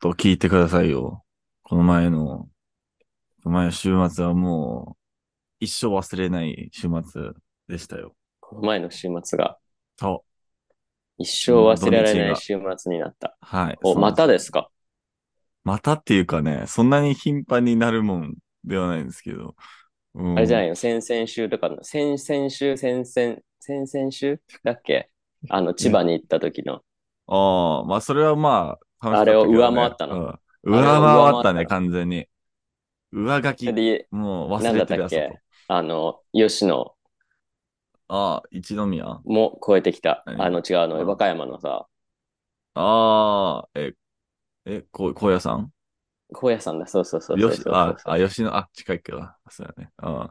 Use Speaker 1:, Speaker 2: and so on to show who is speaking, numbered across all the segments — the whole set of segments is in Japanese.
Speaker 1: と聞いてくださいよ。この前の、この前の週末はもう、一生忘れない週末でしたよ。
Speaker 2: この前の週末が
Speaker 1: そ
Speaker 2: 一生忘れられ
Speaker 1: う
Speaker 2: なんい週末になった。
Speaker 1: う。はい。
Speaker 2: お、
Speaker 1: そうなん
Speaker 2: ま
Speaker 1: です
Speaker 2: たですか
Speaker 1: またっていうかね、そんなに頻繁になるもんではないんですけど。うん
Speaker 2: あれじゃないの先々週とかの、先々週、先々、先々週だっけあの、千葉に行った時の。
Speaker 1: ああ、まあそれはまあ、楽しかったけどね
Speaker 2: あれを上回ったの
Speaker 1: うん上
Speaker 2: あれを
Speaker 1: 回
Speaker 2: 上
Speaker 1: った
Speaker 2: 回
Speaker 1: ね、
Speaker 2: った
Speaker 1: 完全に。上書き、
Speaker 2: で、
Speaker 1: もう
Speaker 2: な
Speaker 1: 忘
Speaker 2: んだ
Speaker 1: れ
Speaker 2: ってた
Speaker 1: くだ
Speaker 2: っ
Speaker 1: さい
Speaker 2: け
Speaker 1: と。
Speaker 2: あの、吉野
Speaker 1: ああ、一宮あ
Speaker 2: も超えてきた。
Speaker 1: 何
Speaker 2: あの、違う、あ
Speaker 1: う
Speaker 2: の、
Speaker 1: ん
Speaker 2: 和歌山のさ、
Speaker 1: あ、え、え、こ高野山
Speaker 2: 高野山だ。そうそうそうそう
Speaker 1: よ
Speaker 2: そう
Speaker 1: し
Speaker 2: そう。
Speaker 1: あ、あ、吉野、あ、近いけどな、そうだね。うん。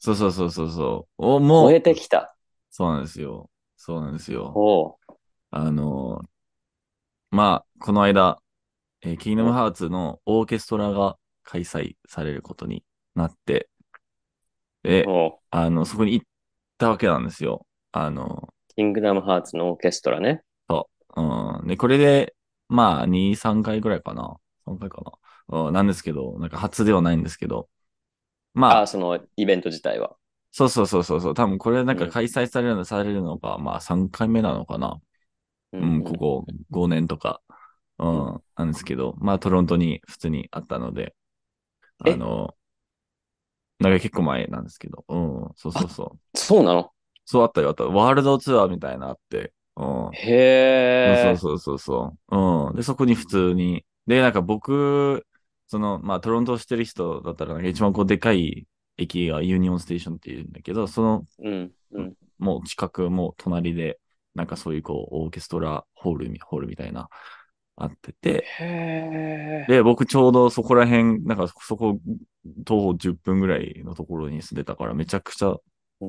Speaker 1: そうそうそうそうそう。お、
Speaker 2: 超
Speaker 1: も
Speaker 2: え
Speaker 1: う、
Speaker 2: てきた。
Speaker 1: そうなんですよ。そうなんですよ。
Speaker 2: おう。
Speaker 1: あのーまあ、この間、えーキングダムハーツのオーケストラが開催されることになって、で、
Speaker 2: おう。
Speaker 1: あの、そこに行ったわけなんですよ。あの、
Speaker 2: キングダムハーツのオーケストラね。
Speaker 1: うん。で、これで、まあ、2、3回ぐらいかな。3回かな。うん、なんですけど、なんか初ではないんですけど、ま
Speaker 2: あ
Speaker 1: あ、
Speaker 2: あ、そのイベント自体は。
Speaker 1: そうそうそうそうそう、多分これなん
Speaker 2: う
Speaker 1: か
Speaker 2: ん
Speaker 1: 開催されるの、されるのが、まあ3回目なのかな。
Speaker 2: う
Speaker 1: うん、ここ5年とか、うん、なんですけど、まあトロントに普通にあったので、あ
Speaker 2: え
Speaker 1: の、なんか結構前なんですけど、うん、そうそうそう。
Speaker 2: そうなの
Speaker 1: そうあったよ、あった。ワールドツアーみたいなのあって、うん。
Speaker 2: へえ。
Speaker 1: そうそうそうそう。うん。で、そこに普通に。で、なんか僕、その、まあ、トロントをしてる人だったら、なんか一番こう、でかい駅がユニオンステーションっていうんだけど、その、
Speaker 2: うん。うん。
Speaker 1: もう近く、もう隣で、なんかそういうこう、オーケストラホールみ、ホールみたいな、あってて、
Speaker 2: へえ。
Speaker 1: で、僕ちょうどそこら辺、なんかそこ、徒歩10分ぐらいのところに住んでたから、めちゃくちゃ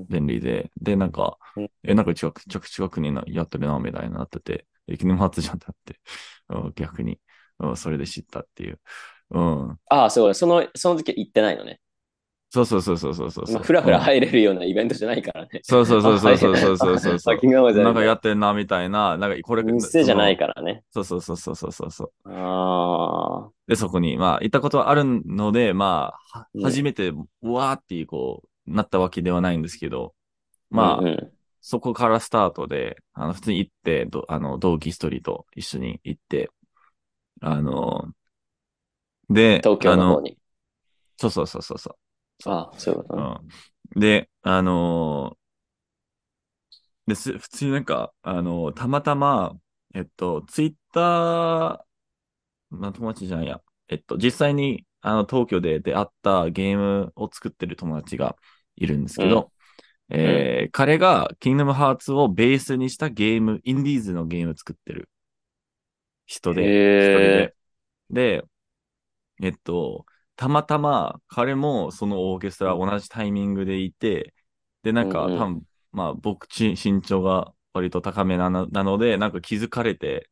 Speaker 1: 便利で、で、なんか
Speaker 2: うん、
Speaker 1: え、なんか近く、近く近くになやってるな、みたいになってて、え記念初じゃんってなって、うん逆に、うんそれで知ったっていう。うん。
Speaker 2: ああ、そうその、その時行ってないのね。
Speaker 1: そうそうそうそうそうそう。
Speaker 2: まあ、ふらふら
Speaker 1: うん
Speaker 2: 入れるようなイベントじゃないからね。
Speaker 1: そうそうそうそうそうそうそうそう
Speaker 2: キングダムじゃ
Speaker 1: なんか
Speaker 2: ない
Speaker 1: やってんな、みたいな、なんかこれ、
Speaker 2: 店じゃない
Speaker 1: か。
Speaker 2: からね。
Speaker 1: そうそうそうそうそうそうそう。
Speaker 2: ああ。
Speaker 1: で、そこに、まあ、行ったことはあるので、まあ、は
Speaker 2: うん
Speaker 1: 初めて、うわーっていう、こう、なったわけではないんですけど、まあ、
Speaker 2: うんうん
Speaker 1: そこからスタートで、あの、普通に行って、どあの、同期一人と一緒に行って、あの、で、
Speaker 2: 東京の方に。
Speaker 1: あの、そうそうそうそうそ
Speaker 2: ああ、そういうこと
Speaker 1: う、
Speaker 2: ね。
Speaker 1: うん。で、あのです、普通になんか、あのたまたま、えっと、ツイッター、まあ、友達じゃんや。えっと、実際に、あの、東京で出会ったゲームを作ってる友達がいるんですけど、えー彼が、キングダムハーツをベースにしたゲーム、インディーズのゲームを作ってる人で、一人
Speaker 2: へえ
Speaker 1: で。で、えっと、たまたま彼もそのオーケストラ同じタイミングでいて、で、なんか、
Speaker 2: うんうん
Speaker 1: 多分まあ僕ち身長が割と高めなのなので、なんか気づかれて、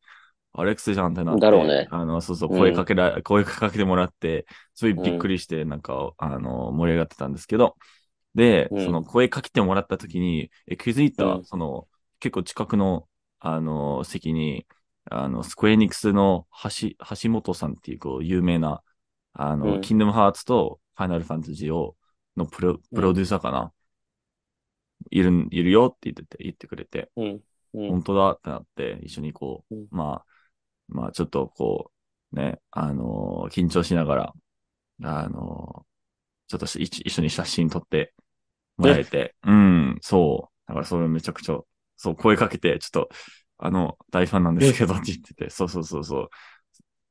Speaker 1: アレックスじゃんってなって、
Speaker 2: だろうね
Speaker 1: あの、そうそう、
Speaker 2: うん
Speaker 1: 声かけら、声かけてもらって、すごいびっくりして、なんか、あの、盛り上がってたんですけど、で、
Speaker 2: うん
Speaker 1: その声かけてもらった時に、え気づいた、
Speaker 2: うん
Speaker 1: その、結構近くの、あの、席に、あの、スクエニックスの橋、橋本さんっていう、こう、有名な、あの、
Speaker 2: うん
Speaker 1: キングダムハーツとファイナルファンタジーを、のプロ、プロデューサーかな、いるん、いるよって言ってて、言ってくれて、
Speaker 2: うん。うん
Speaker 1: 本当だってなって、一緒にこう、
Speaker 2: うん
Speaker 1: まあ、まあ、ちょっとこう、ね、あのー緊張しながら、あのーちょっとし一一緒に写真撮ってもらえて、うん、そう。だからそれめちゃくちゃ、そう、声かけて、ちょっと、あの、大ファンなんですけどって言ってて、そうそうそうそう。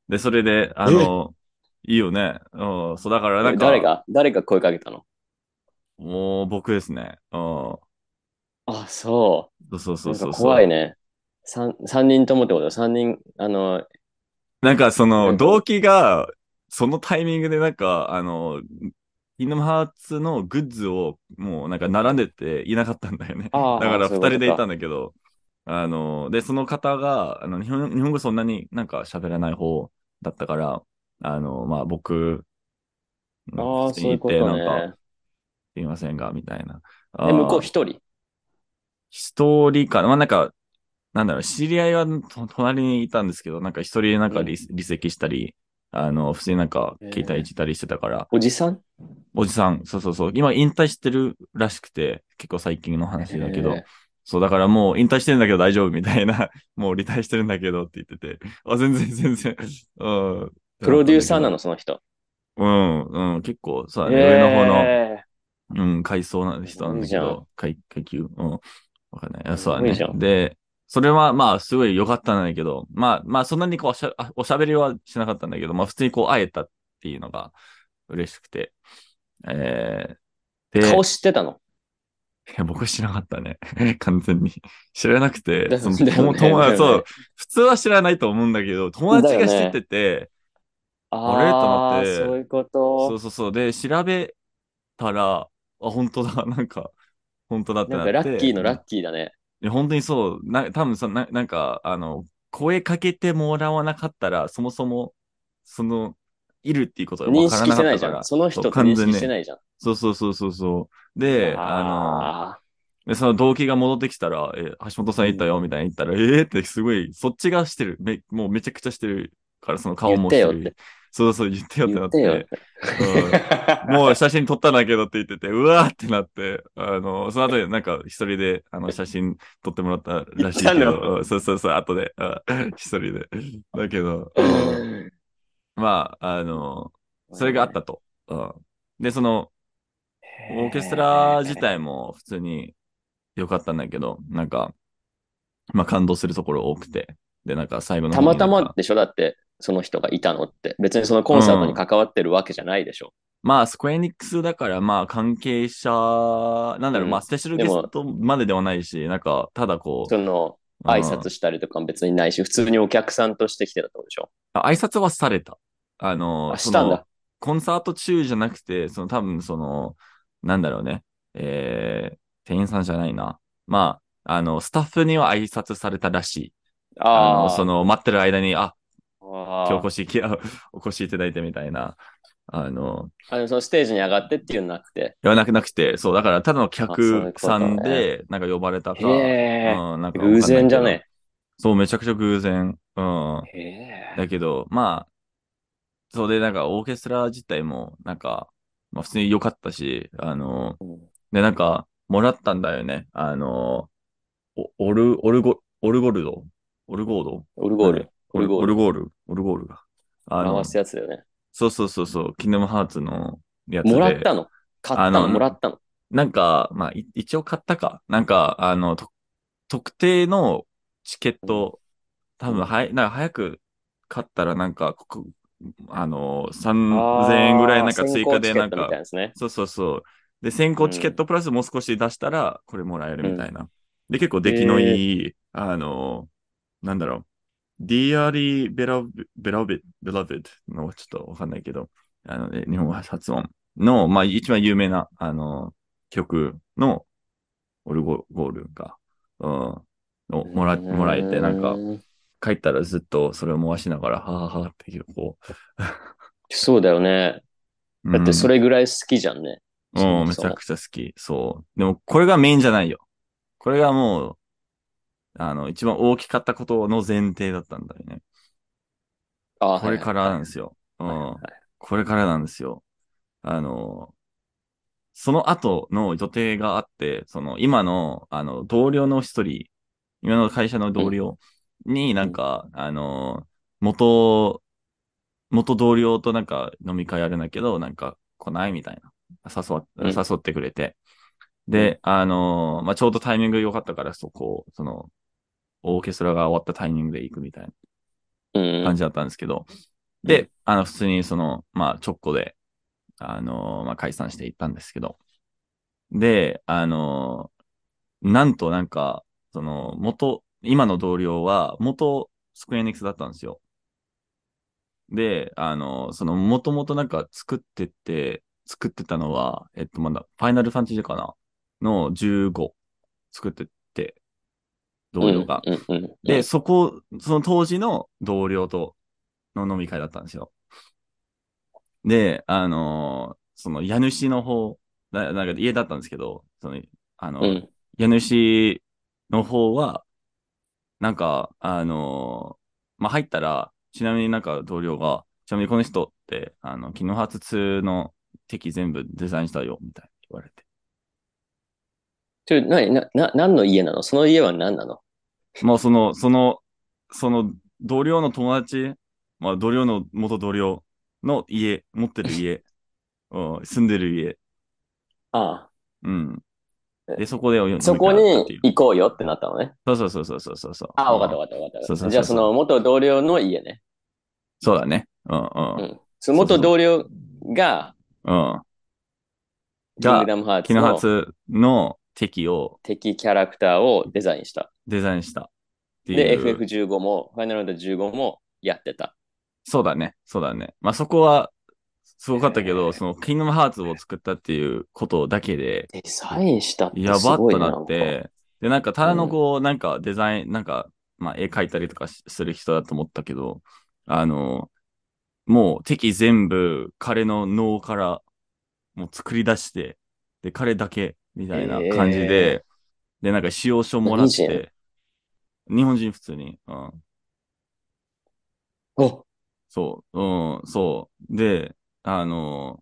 Speaker 1: で、それで、あのいいよね。うん、そう、だからなんか、
Speaker 2: 誰が、誰が声かけたの
Speaker 1: もう僕ですね。うん。
Speaker 2: あ、そう。
Speaker 1: そうそうそうそう。
Speaker 2: なんか怖いね。三三人ともってこと三人、あの、
Speaker 1: なんかそ
Speaker 2: な
Speaker 1: の
Speaker 2: んか
Speaker 1: 動機が、そのタイミングでなんか、あの、キングダムハーツのグッズをもうなんか並んでていなかったんだよね。だ
Speaker 2: ああ
Speaker 1: から二
Speaker 2: そういうことか
Speaker 1: 人でいたんだけど、あの、で、その方が、あの、日本日本語そんなになんか喋らない方だったから、あの、まあ僕、
Speaker 2: ああ、
Speaker 1: 普通
Speaker 2: そう
Speaker 1: に
Speaker 2: い
Speaker 1: いうて
Speaker 2: こと
Speaker 1: なん
Speaker 2: ね
Speaker 1: か、。すいませんが、みたいな。
Speaker 2: で、向こ
Speaker 1: あ
Speaker 2: う
Speaker 1: ー
Speaker 2: 一人。
Speaker 1: 一人かな、まあなんか、なんだろう、知り合いはと隣にいたんですけど、なんか一人なんか離,、離席したり、あの、普通になんか携帯いじったりしてたから、
Speaker 2: おじさん
Speaker 1: おじさん、そうそうそう、今引退してるらしくて、結構最近の話だけど、
Speaker 2: えー
Speaker 1: そう、だからもう引退してるんだけど大丈夫みたいな、 もう離退してるんだけどって言ってて、あ、全然全然、うん。
Speaker 2: プロデューサーなの、その人。
Speaker 1: うん、うん、結構さ、上の方の、
Speaker 2: え
Speaker 1: うん、階層な人なんだけ
Speaker 2: いいじゃ
Speaker 1: ど、階階級うん。わかんないあ。そうだ
Speaker 2: いい
Speaker 1: ね
Speaker 2: じゃ。ん
Speaker 1: で、それはまあ、すごい良かったんだけど、まあ、まあ、そんなにこうおしゃ、あおしゃべりはしなかったんだけど、まあ、普通にこう、会えたっていうのが嬉しくて。えー、
Speaker 2: ー
Speaker 1: で、
Speaker 2: 顔知ってたの
Speaker 1: いや僕知らなかったね。 完全に。知らなくて、
Speaker 2: だ
Speaker 1: その
Speaker 2: だよね
Speaker 1: 友友
Speaker 2: だ
Speaker 1: 達
Speaker 2: よね
Speaker 1: そう、普通は知らないと思うんだけど、友達が知ってて、あれと思
Speaker 2: あ
Speaker 1: っ
Speaker 2: あ、
Speaker 1: て
Speaker 2: そういう
Speaker 1: そ
Speaker 2: こ
Speaker 1: う
Speaker 2: と。
Speaker 1: そうそう。で、調べたら、あ、本当だ、なんか、本当だって
Speaker 2: な
Speaker 1: なっ
Speaker 2: ん
Speaker 1: て。
Speaker 2: かラッキーのラッキーだね。
Speaker 1: いや、本当にそう。な、多分さ、な、なんか、あの、声かけてもらわなかったら、そもそも、その、いるっていうことが分
Speaker 2: 認
Speaker 1: から
Speaker 2: 識
Speaker 1: な
Speaker 2: し
Speaker 1: か
Speaker 2: て
Speaker 1: っ
Speaker 2: な
Speaker 1: た
Speaker 2: いじ
Speaker 1: か
Speaker 2: ゃ
Speaker 1: ら。
Speaker 2: ん。その人
Speaker 1: そ
Speaker 2: と
Speaker 1: う完
Speaker 2: 認
Speaker 1: 全
Speaker 2: 識
Speaker 1: ね
Speaker 2: してないじゃん。
Speaker 1: そうそうそうそうそう。で、あ
Speaker 2: あ
Speaker 1: の、でその動機が戻ってきたら、え、橋本さん行ったよ、みたいに言ったら、ええってすごい、そっちがしてる。め、もうめちゃくちゃしてるから、その顔もして
Speaker 2: 言ってよ
Speaker 1: る。そうそう、言ってよ
Speaker 2: あ、
Speaker 1: って
Speaker 2: 言
Speaker 1: なっ
Speaker 2: ってよ
Speaker 1: て。。うんもう写真撮ったんだけどって言ってて、うわーってなって、あの、その後でなんか一人で、あの、写真撮ってもらったらしいけ
Speaker 2: 行った
Speaker 1: ど、うんそうそうそう、後で、うん一人で。だけど、うんまあ、あの、それがあったと。うんで、その、オーケストラ自体も普通に良かったんだけど、なんか、まあ感動するところ多くて、で、なんか最後の
Speaker 2: た
Speaker 1: 方にな
Speaker 2: ま
Speaker 1: んか。
Speaker 2: たまでしょだって、その人がいたのって。別にそのコンサートに関わってるわけじゃないでしょ。
Speaker 1: まあ、スクエニックスだから、まあ、関係者、なんだろう、
Speaker 2: うん
Speaker 1: まあ、スペシャル
Speaker 2: で
Speaker 1: ゲ
Speaker 2: も
Speaker 1: ストまでではないし、なんか、ただこう、
Speaker 2: その、
Speaker 1: うん
Speaker 2: 挨拶したりとかも別にないし、普通にお客さんとして来てたってことでしょ。
Speaker 1: あ挨拶はされた。あの、
Speaker 2: あ
Speaker 1: そ
Speaker 2: したん
Speaker 1: の
Speaker 2: だ
Speaker 1: コンサート中じゃなくて、その多分その、なんだろうね、えー、店員さんじゃないな。まあ、あの、スタッフには挨拶されたらしい。あ
Speaker 2: ああ
Speaker 1: の、その、待ってる間に、あ、
Speaker 2: あ
Speaker 1: 今日お
Speaker 2: ー
Speaker 1: 越し、きあお越しいただいてみたいな。あの、
Speaker 2: あのそのステージに上がってっていうのなくて。
Speaker 1: 言わなくなくて、そう、だからただの
Speaker 2: そういう
Speaker 1: 客
Speaker 2: ことね
Speaker 1: さんで、なんか呼ばれたか、
Speaker 2: へ
Speaker 1: うん、なん
Speaker 2: え、
Speaker 1: かわかんな
Speaker 2: 偶
Speaker 1: いけど
Speaker 2: 然じゃね
Speaker 1: そう、めちゃくちゃ偶然。うん。
Speaker 2: え。へえ。
Speaker 1: だけど、まあ、そうで、なんかオーケストラ自体も、なんか、まあ普通に良かったし、あの、
Speaker 2: うん
Speaker 1: で、なんか、もらったんだよね。あの、おオル、オルゴ、オルゴルドオルゴード
Speaker 2: オルゴール。
Speaker 1: オル
Speaker 2: オ
Speaker 1: オ
Speaker 2: ル
Speaker 1: ルゴールオルゴールが。あの
Speaker 2: 回、すやつだよね。
Speaker 1: そうそうそうそう、キングムハーツのやつで。
Speaker 2: もらったの買った
Speaker 1: あの
Speaker 2: のもらったの
Speaker 1: なんか、まあ、い一応買ったか。なんか、あの、と特定のチケット、多分はい、なんか早く買ったら、なんか、ここあの、3000円ぐらいなんか追加で、なん
Speaker 2: あー先行チケットみたい
Speaker 1: か、
Speaker 2: ですね。
Speaker 1: そうそうそう。で、先行チケットプラスもう少し出したら、これもらえるみたいな。で、結構出来のいい、あの、なんだろう。Dearly Beloved, Beloved, Beloved のちょっとわかんないけど、あのね、日本語発音の、まあ、一番有名な、あの、曲のオルゴゴールが、うん、をもら、もらえて、なんか
Speaker 2: う、ん。
Speaker 1: 帰ったらずっとそれを回しながら、はははっていう、こ
Speaker 2: そうだよね。
Speaker 1: う。
Speaker 2: だってそ
Speaker 1: れ、
Speaker 2: れぐらい好きじゃんね。
Speaker 1: う
Speaker 2: そ
Speaker 1: ん、
Speaker 2: も
Speaker 1: め
Speaker 2: そ
Speaker 1: ち
Speaker 2: も
Speaker 1: ゃくちゃ好き。そう。でも、これがメインじゃないよ。これがもう、あの、一番大きかったことの前提だったんだよね。
Speaker 2: あー
Speaker 1: これからなん
Speaker 2: は
Speaker 1: ですよ。う
Speaker 2: いはいはい
Speaker 1: ん。これからなんですよ。あの、その後の予定があって、その今の、あの、同僚の一人、今の会社の同僚になんか、あの、元、元同僚となんか飲み会やるんだけど、なんか来ないみたいな。誘わ
Speaker 2: うん
Speaker 1: 誘ってくれて。で、あのまあ、ちょうどタイミング良かったから、そこ、その、オーケストラが終わったタイミングで行くみたいな。
Speaker 2: うん
Speaker 1: 感じだったんですけど、
Speaker 2: うん
Speaker 1: で、あの、普通にその、まあ、直行で、あのーまあ、解散していったんですけど、で、あのーなんとなんか、その、元、今の同僚は、元、スクエアエニックスだったんですよ。で、あのーその、もともとなんか作ってて、作ってたのは、えっと、まだ、ファイナルファンタジーかなの15作ってて、同僚が。
Speaker 2: うんうんうん
Speaker 1: で、そこ、その当時の同僚との飲み会だったんですよ。で、あのーその家主の方、ななんか家だったんですけど、その、あの、
Speaker 2: うん
Speaker 1: 家主の方は、なんか、あのーまあ、入ったら、ちなみになんか同僚が、ちなみにこの人って、あの、昨日発通の敵全部デザインしたよ、みたいに言われて。
Speaker 2: ちょ、な、な、な、何の家なのその家は何なの
Speaker 1: もうその、その、その同僚の友達、まあ、同僚の元同僚の家、持ってる 家、うん、住んでる家、
Speaker 2: あ
Speaker 1: うん。で、そこで
Speaker 2: あ。そこ
Speaker 1: 飲み会だったってい
Speaker 2: に
Speaker 1: う
Speaker 2: 行こうよってなったのね。
Speaker 1: そうそうそうそうそうそうそう。
Speaker 2: ああ、わかった
Speaker 1: うん
Speaker 2: わかったわかった。
Speaker 1: そうそうそうそう
Speaker 2: じゃあ、その元同僚の家ね。
Speaker 1: そうだね。うんうん。
Speaker 2: うん。その元同僚が、
Speaker 1: うん。
Speaker 2: キングダムハーツ
Speaker 1: キノハ
Speaker 2: の
Speaker 1: ツの敵を
Speaker 2: 敵キャラクターをデザインした。
Speaker 1: デザインしたって
Speaker 2: で、
Speaker 1: いう。
Speaker 2: FF15 も、ファイナルラウンド15もやってた。
Speaker 1: そうだね。そうだね。まあそこは、すごかったけ
Speaker 2: へ
Speaker 1: ど、
Speaker 2: ー
Speaker 1: その、キングダムハーツを作ったっていうことだけで、
Speaker 2: デザインしたって
Speaker 1: や
Speaker 2: す
Speaker 1: ばっ
Speaker 2: ごい
Speaker 1: と
Speaker 2: な。
Speaker 1: なって、で、なんか、ただのこう、なんか、デザイン、なんか、まあ、絵描いたりとかしする人だと思ったけど、あの、もう、敵全部、彼の脳から、もう作り出して、で、彼だけ、みたいな感じ
Speaker 2: へ
Speaker 1: で、で、なんか、使用書もらっ
Speaker 2: 何
Speaker 1: て、日本人普通に、うん、
Speaker 2: なんかお
Speaker 1: そう、うん、そう。で、あの、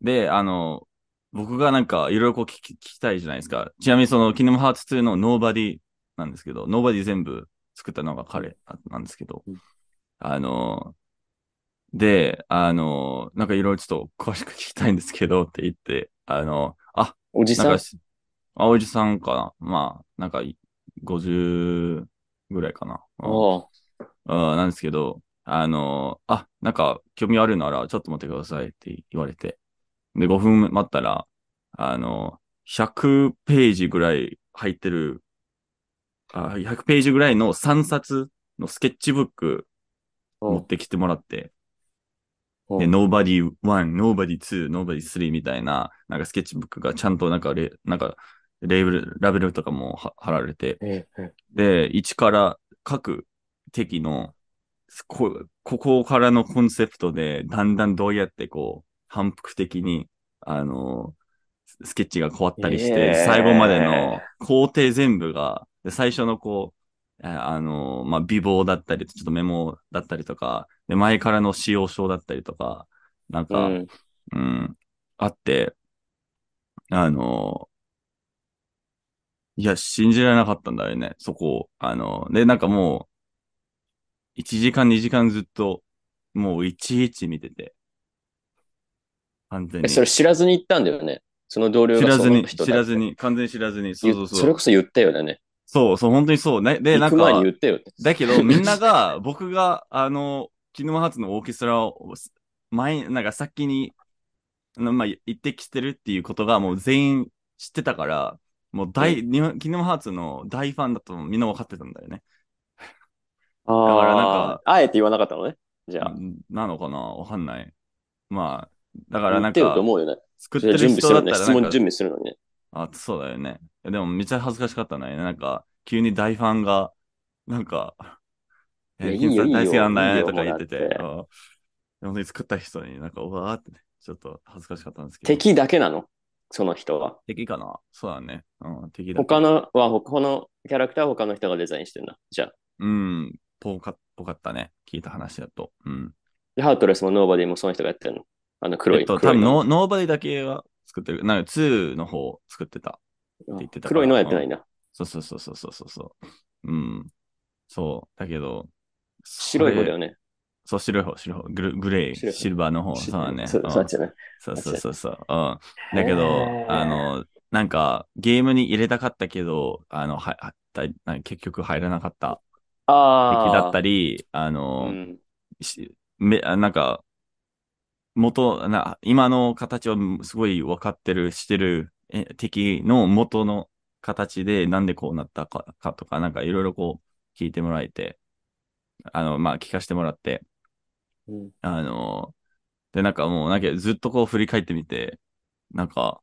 Speaker 1: で、あの、僕がなんかいろいろこう聞き聞きたいじゃないですか。ちなみにその、キングダムハーツ2のノーバディなんですけど、ノーバディ全部作ったのが彼なんですけど
Speaker 2: うん、
Speaker 1: あの、で、あの、なんかいろいろちょっと詳しく聞きたいんですけどって言って、あの、あ、
Speaker 2: おじ
Speaker 1: なん
Speaker 2: さん
Speaker 1: かし、あ、おじさんかな。まあ、なんかい50ぐらいかな。うん
Speaker 2: おう
Speaker 1: あーなんですけど、あのーあ、なんか、興味あるなら、ちょっと待ってくださいって言われて。で、5分待ったら、あのー100ページぐらい入ってる、あ100ページぐらいの3冊のスケッチブック
Speaker 2: お
Speaker 1: 持
Speaker 2: う
Speaker 1: ってきてもらって、
Speaker 2: おう
Speaker 1: で、Nobody 1、Nobody 2、Nobody 3みたいな、なんかスケッチブックがちゃんとなんかレ、なんか、レーベル、ラベルとかもは貼られて、
Speaker 2: ええ
Speaker 1: で、1から各敵のこ、ここからのコンセプトで、だんだんどうやってこう、反復的に、あの、ススケッチが変わったりして、
Speaker 2: えー
Speaker 1: 最後までの工程全部が、で最初のこう、えーあの、まあ、美貌だったり、ちょっとメモだったりとか、で、前からの使用書だったりとか、なん
Speaker 2: う
Speaker 1: か、
Speaker 2: ん。
Speaker 1: うん、あって、あの、いや、信じられなかったんだよね、そこを。あの、で、なんかもう、1時間、2時間ずっと、もういちいち見てて。完全
Speaker 2: え
Speaker 1: に。
Speaker 2: それ
Speaker 1: 知
Speaker 2: 知らずに行ったんだよね。その同僚が
Speaker 1: ら
Speaker 2: そ
Speaker 1: ず
Speaker 2: の
Speaker 1: に、
Speaker 2: 人
Speaker 1: 知
Speaker 2: だ
Speaker 1: ら
Speaker 2: って
Speaker 1: ずに、完全に知らずに。そう
Speaker 2: 言
Speaker 1: そう
Speaker 2: そ
Speaker 1: そ
Speaker 2: れ
Speaker 1: う
Speaker 2: こ。そ言ったよね。
Speaker 1: そう、そう、本当にそう。ね、で、
Speaker 2: 行
Speaker 1: なん
Speaker 2: く前に
Speaker 1: か
Speaker 2: 言、ったよって。
Speaker 1: だけど、みんなが、僕が、あの、キノハーツのオーケストラを、前、なんか先に、あのまあ、行ってきてるっていうことが、もう全員知ってたから、もう大、日本キノハーツの大ファンだとみんな分かってたんだよね。
Speaker 2: あ
Speaker 1: からなん
Speaker 2: あ
Speaker 1: か
Speaker 2: あえて言わなかったのね。じゃあ。
Speaker 1: なのかなわかんない。まあ、だから
Speaker 2: 言
Speaker 1: な
Speaker 2: っ
Speaker 1: ん
Speaker 2: てよと
Speaker 1: か、
Speaker 2: 思うよね。
Speaker 1: 作っ
Speaker 2: そ
Speaker 1: て
Speaker 2: れ準
Speaker 1: る
Speaker 2: 備す
Speaker 1: 人だ
Speaker 2: るの
Speaker 1: っ
Speaker 2: ね。
Speaker 1: た
Speaker 2: 質
Speaker 1: ら、なん
Speaker 2: 問
Speaker 1: か
Speaker 2: 準、備するのにね。
Speaker 1: あ、そうだよね。でもめっちゃ恥ずかしかったんだよね。なんか、急に大ファンが、なんか、
Speaker 2: いや
Speaker 1: え
Speaker 2: いい
Speaker 1: キ
Speaker 2: よ
Speaker 1: ムさん大好きなんだ
Speaker 2: いい
Speaker 1: ね
Speaker 2: よ
Speaker 1: とか言って
Speaker 2: いいよ
Speaker 1: て、うん本当に作った人になんか、うわーってね、ちょっと恥ずかしかったんですけど。
Speaker 2: 敵だけなのその人は。
Speaker 1: 敵かなそうだね。うん、敵だけ
Speaker 2: 他のは、他のキャラクターは他の人がデザインしてるんだ。じゃあ。
Speaker 1: うん、ぽかぽかったね。聞いた話だと。うん。
Speaker 2: でハートレスもノーバディもその人がやってるの。あの黒い。
Speaker 1: えっと、多
Speaker 2: 黒い
Speaker 1: 分
Speaker 2: の
Speaker 1: ノーノーバディだけは作ってる。なんか2の方作ってた。て言ってたから
Speaker 2: 黒いのはやってないんだ。
Speaker 1: そうそうそうそうそうそう。うん。そう。だけど、
Speaker 2: 白い
Speaker 1: そ
Speaker 2: 方
Speaker 1: れ
Speaker 2: だよね。
Speaker 1: そう、白い方、白い方。グルグレー、
Speaker 2: 白い方
Speaker 1: シルバーの方。
Speaker 2: し
Speaker 1: そうだね。
Speaker 2: そううんそうじゃない。
Speaker 1: そう
Speaker 2: そ
Speaker 1: そうう
Speaker 2: だ
Speaker 1: そうそう。うん。だけど
Speaker 2: へ、ー
Speaker 1: あの、なんか、ゲームに入れたかったけど、あの、は、はだなんか結局入らなかった
Speaker 2: あ
Speaker 1: 敵
Speaker 2: あ。
Speaker 1: だったり、あ
Speaker 2: う
Speaker 1: の、
Speaker 2: ん。
Speaker 1: しめ、あなんか、元、な、今の形をすごい分かってる、してるえ敵の元の形で、なんでこうなったかかとか、なんかいろいろこう聞いてもらえて、あの、まあ、聞かせてもらって、
Speaker 2: うん
Speaker 1: あの、で、なんかもう、なんかずっとこう振り返ってみて、なんか、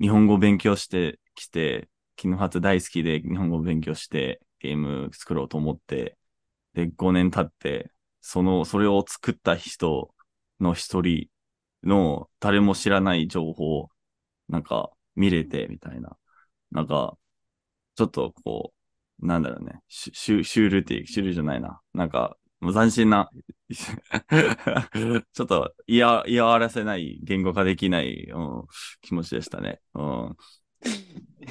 Speaker 1: 日本語勉強してきて、キノハツ大好きで日本語勉強して、ゲーム作ろうと思って、で、5年経って、その、それを作った人の一人の誰も知らない情報を、なんか見れて、みたいな。なんか、ちょっとこなんだろうね、シュシュシュールっていう、シュールじゃないな。なんか、もう斬新な、 ちょっと、いや、いやわらせない、言語化できない、うん、気持ちでしたね。 うん。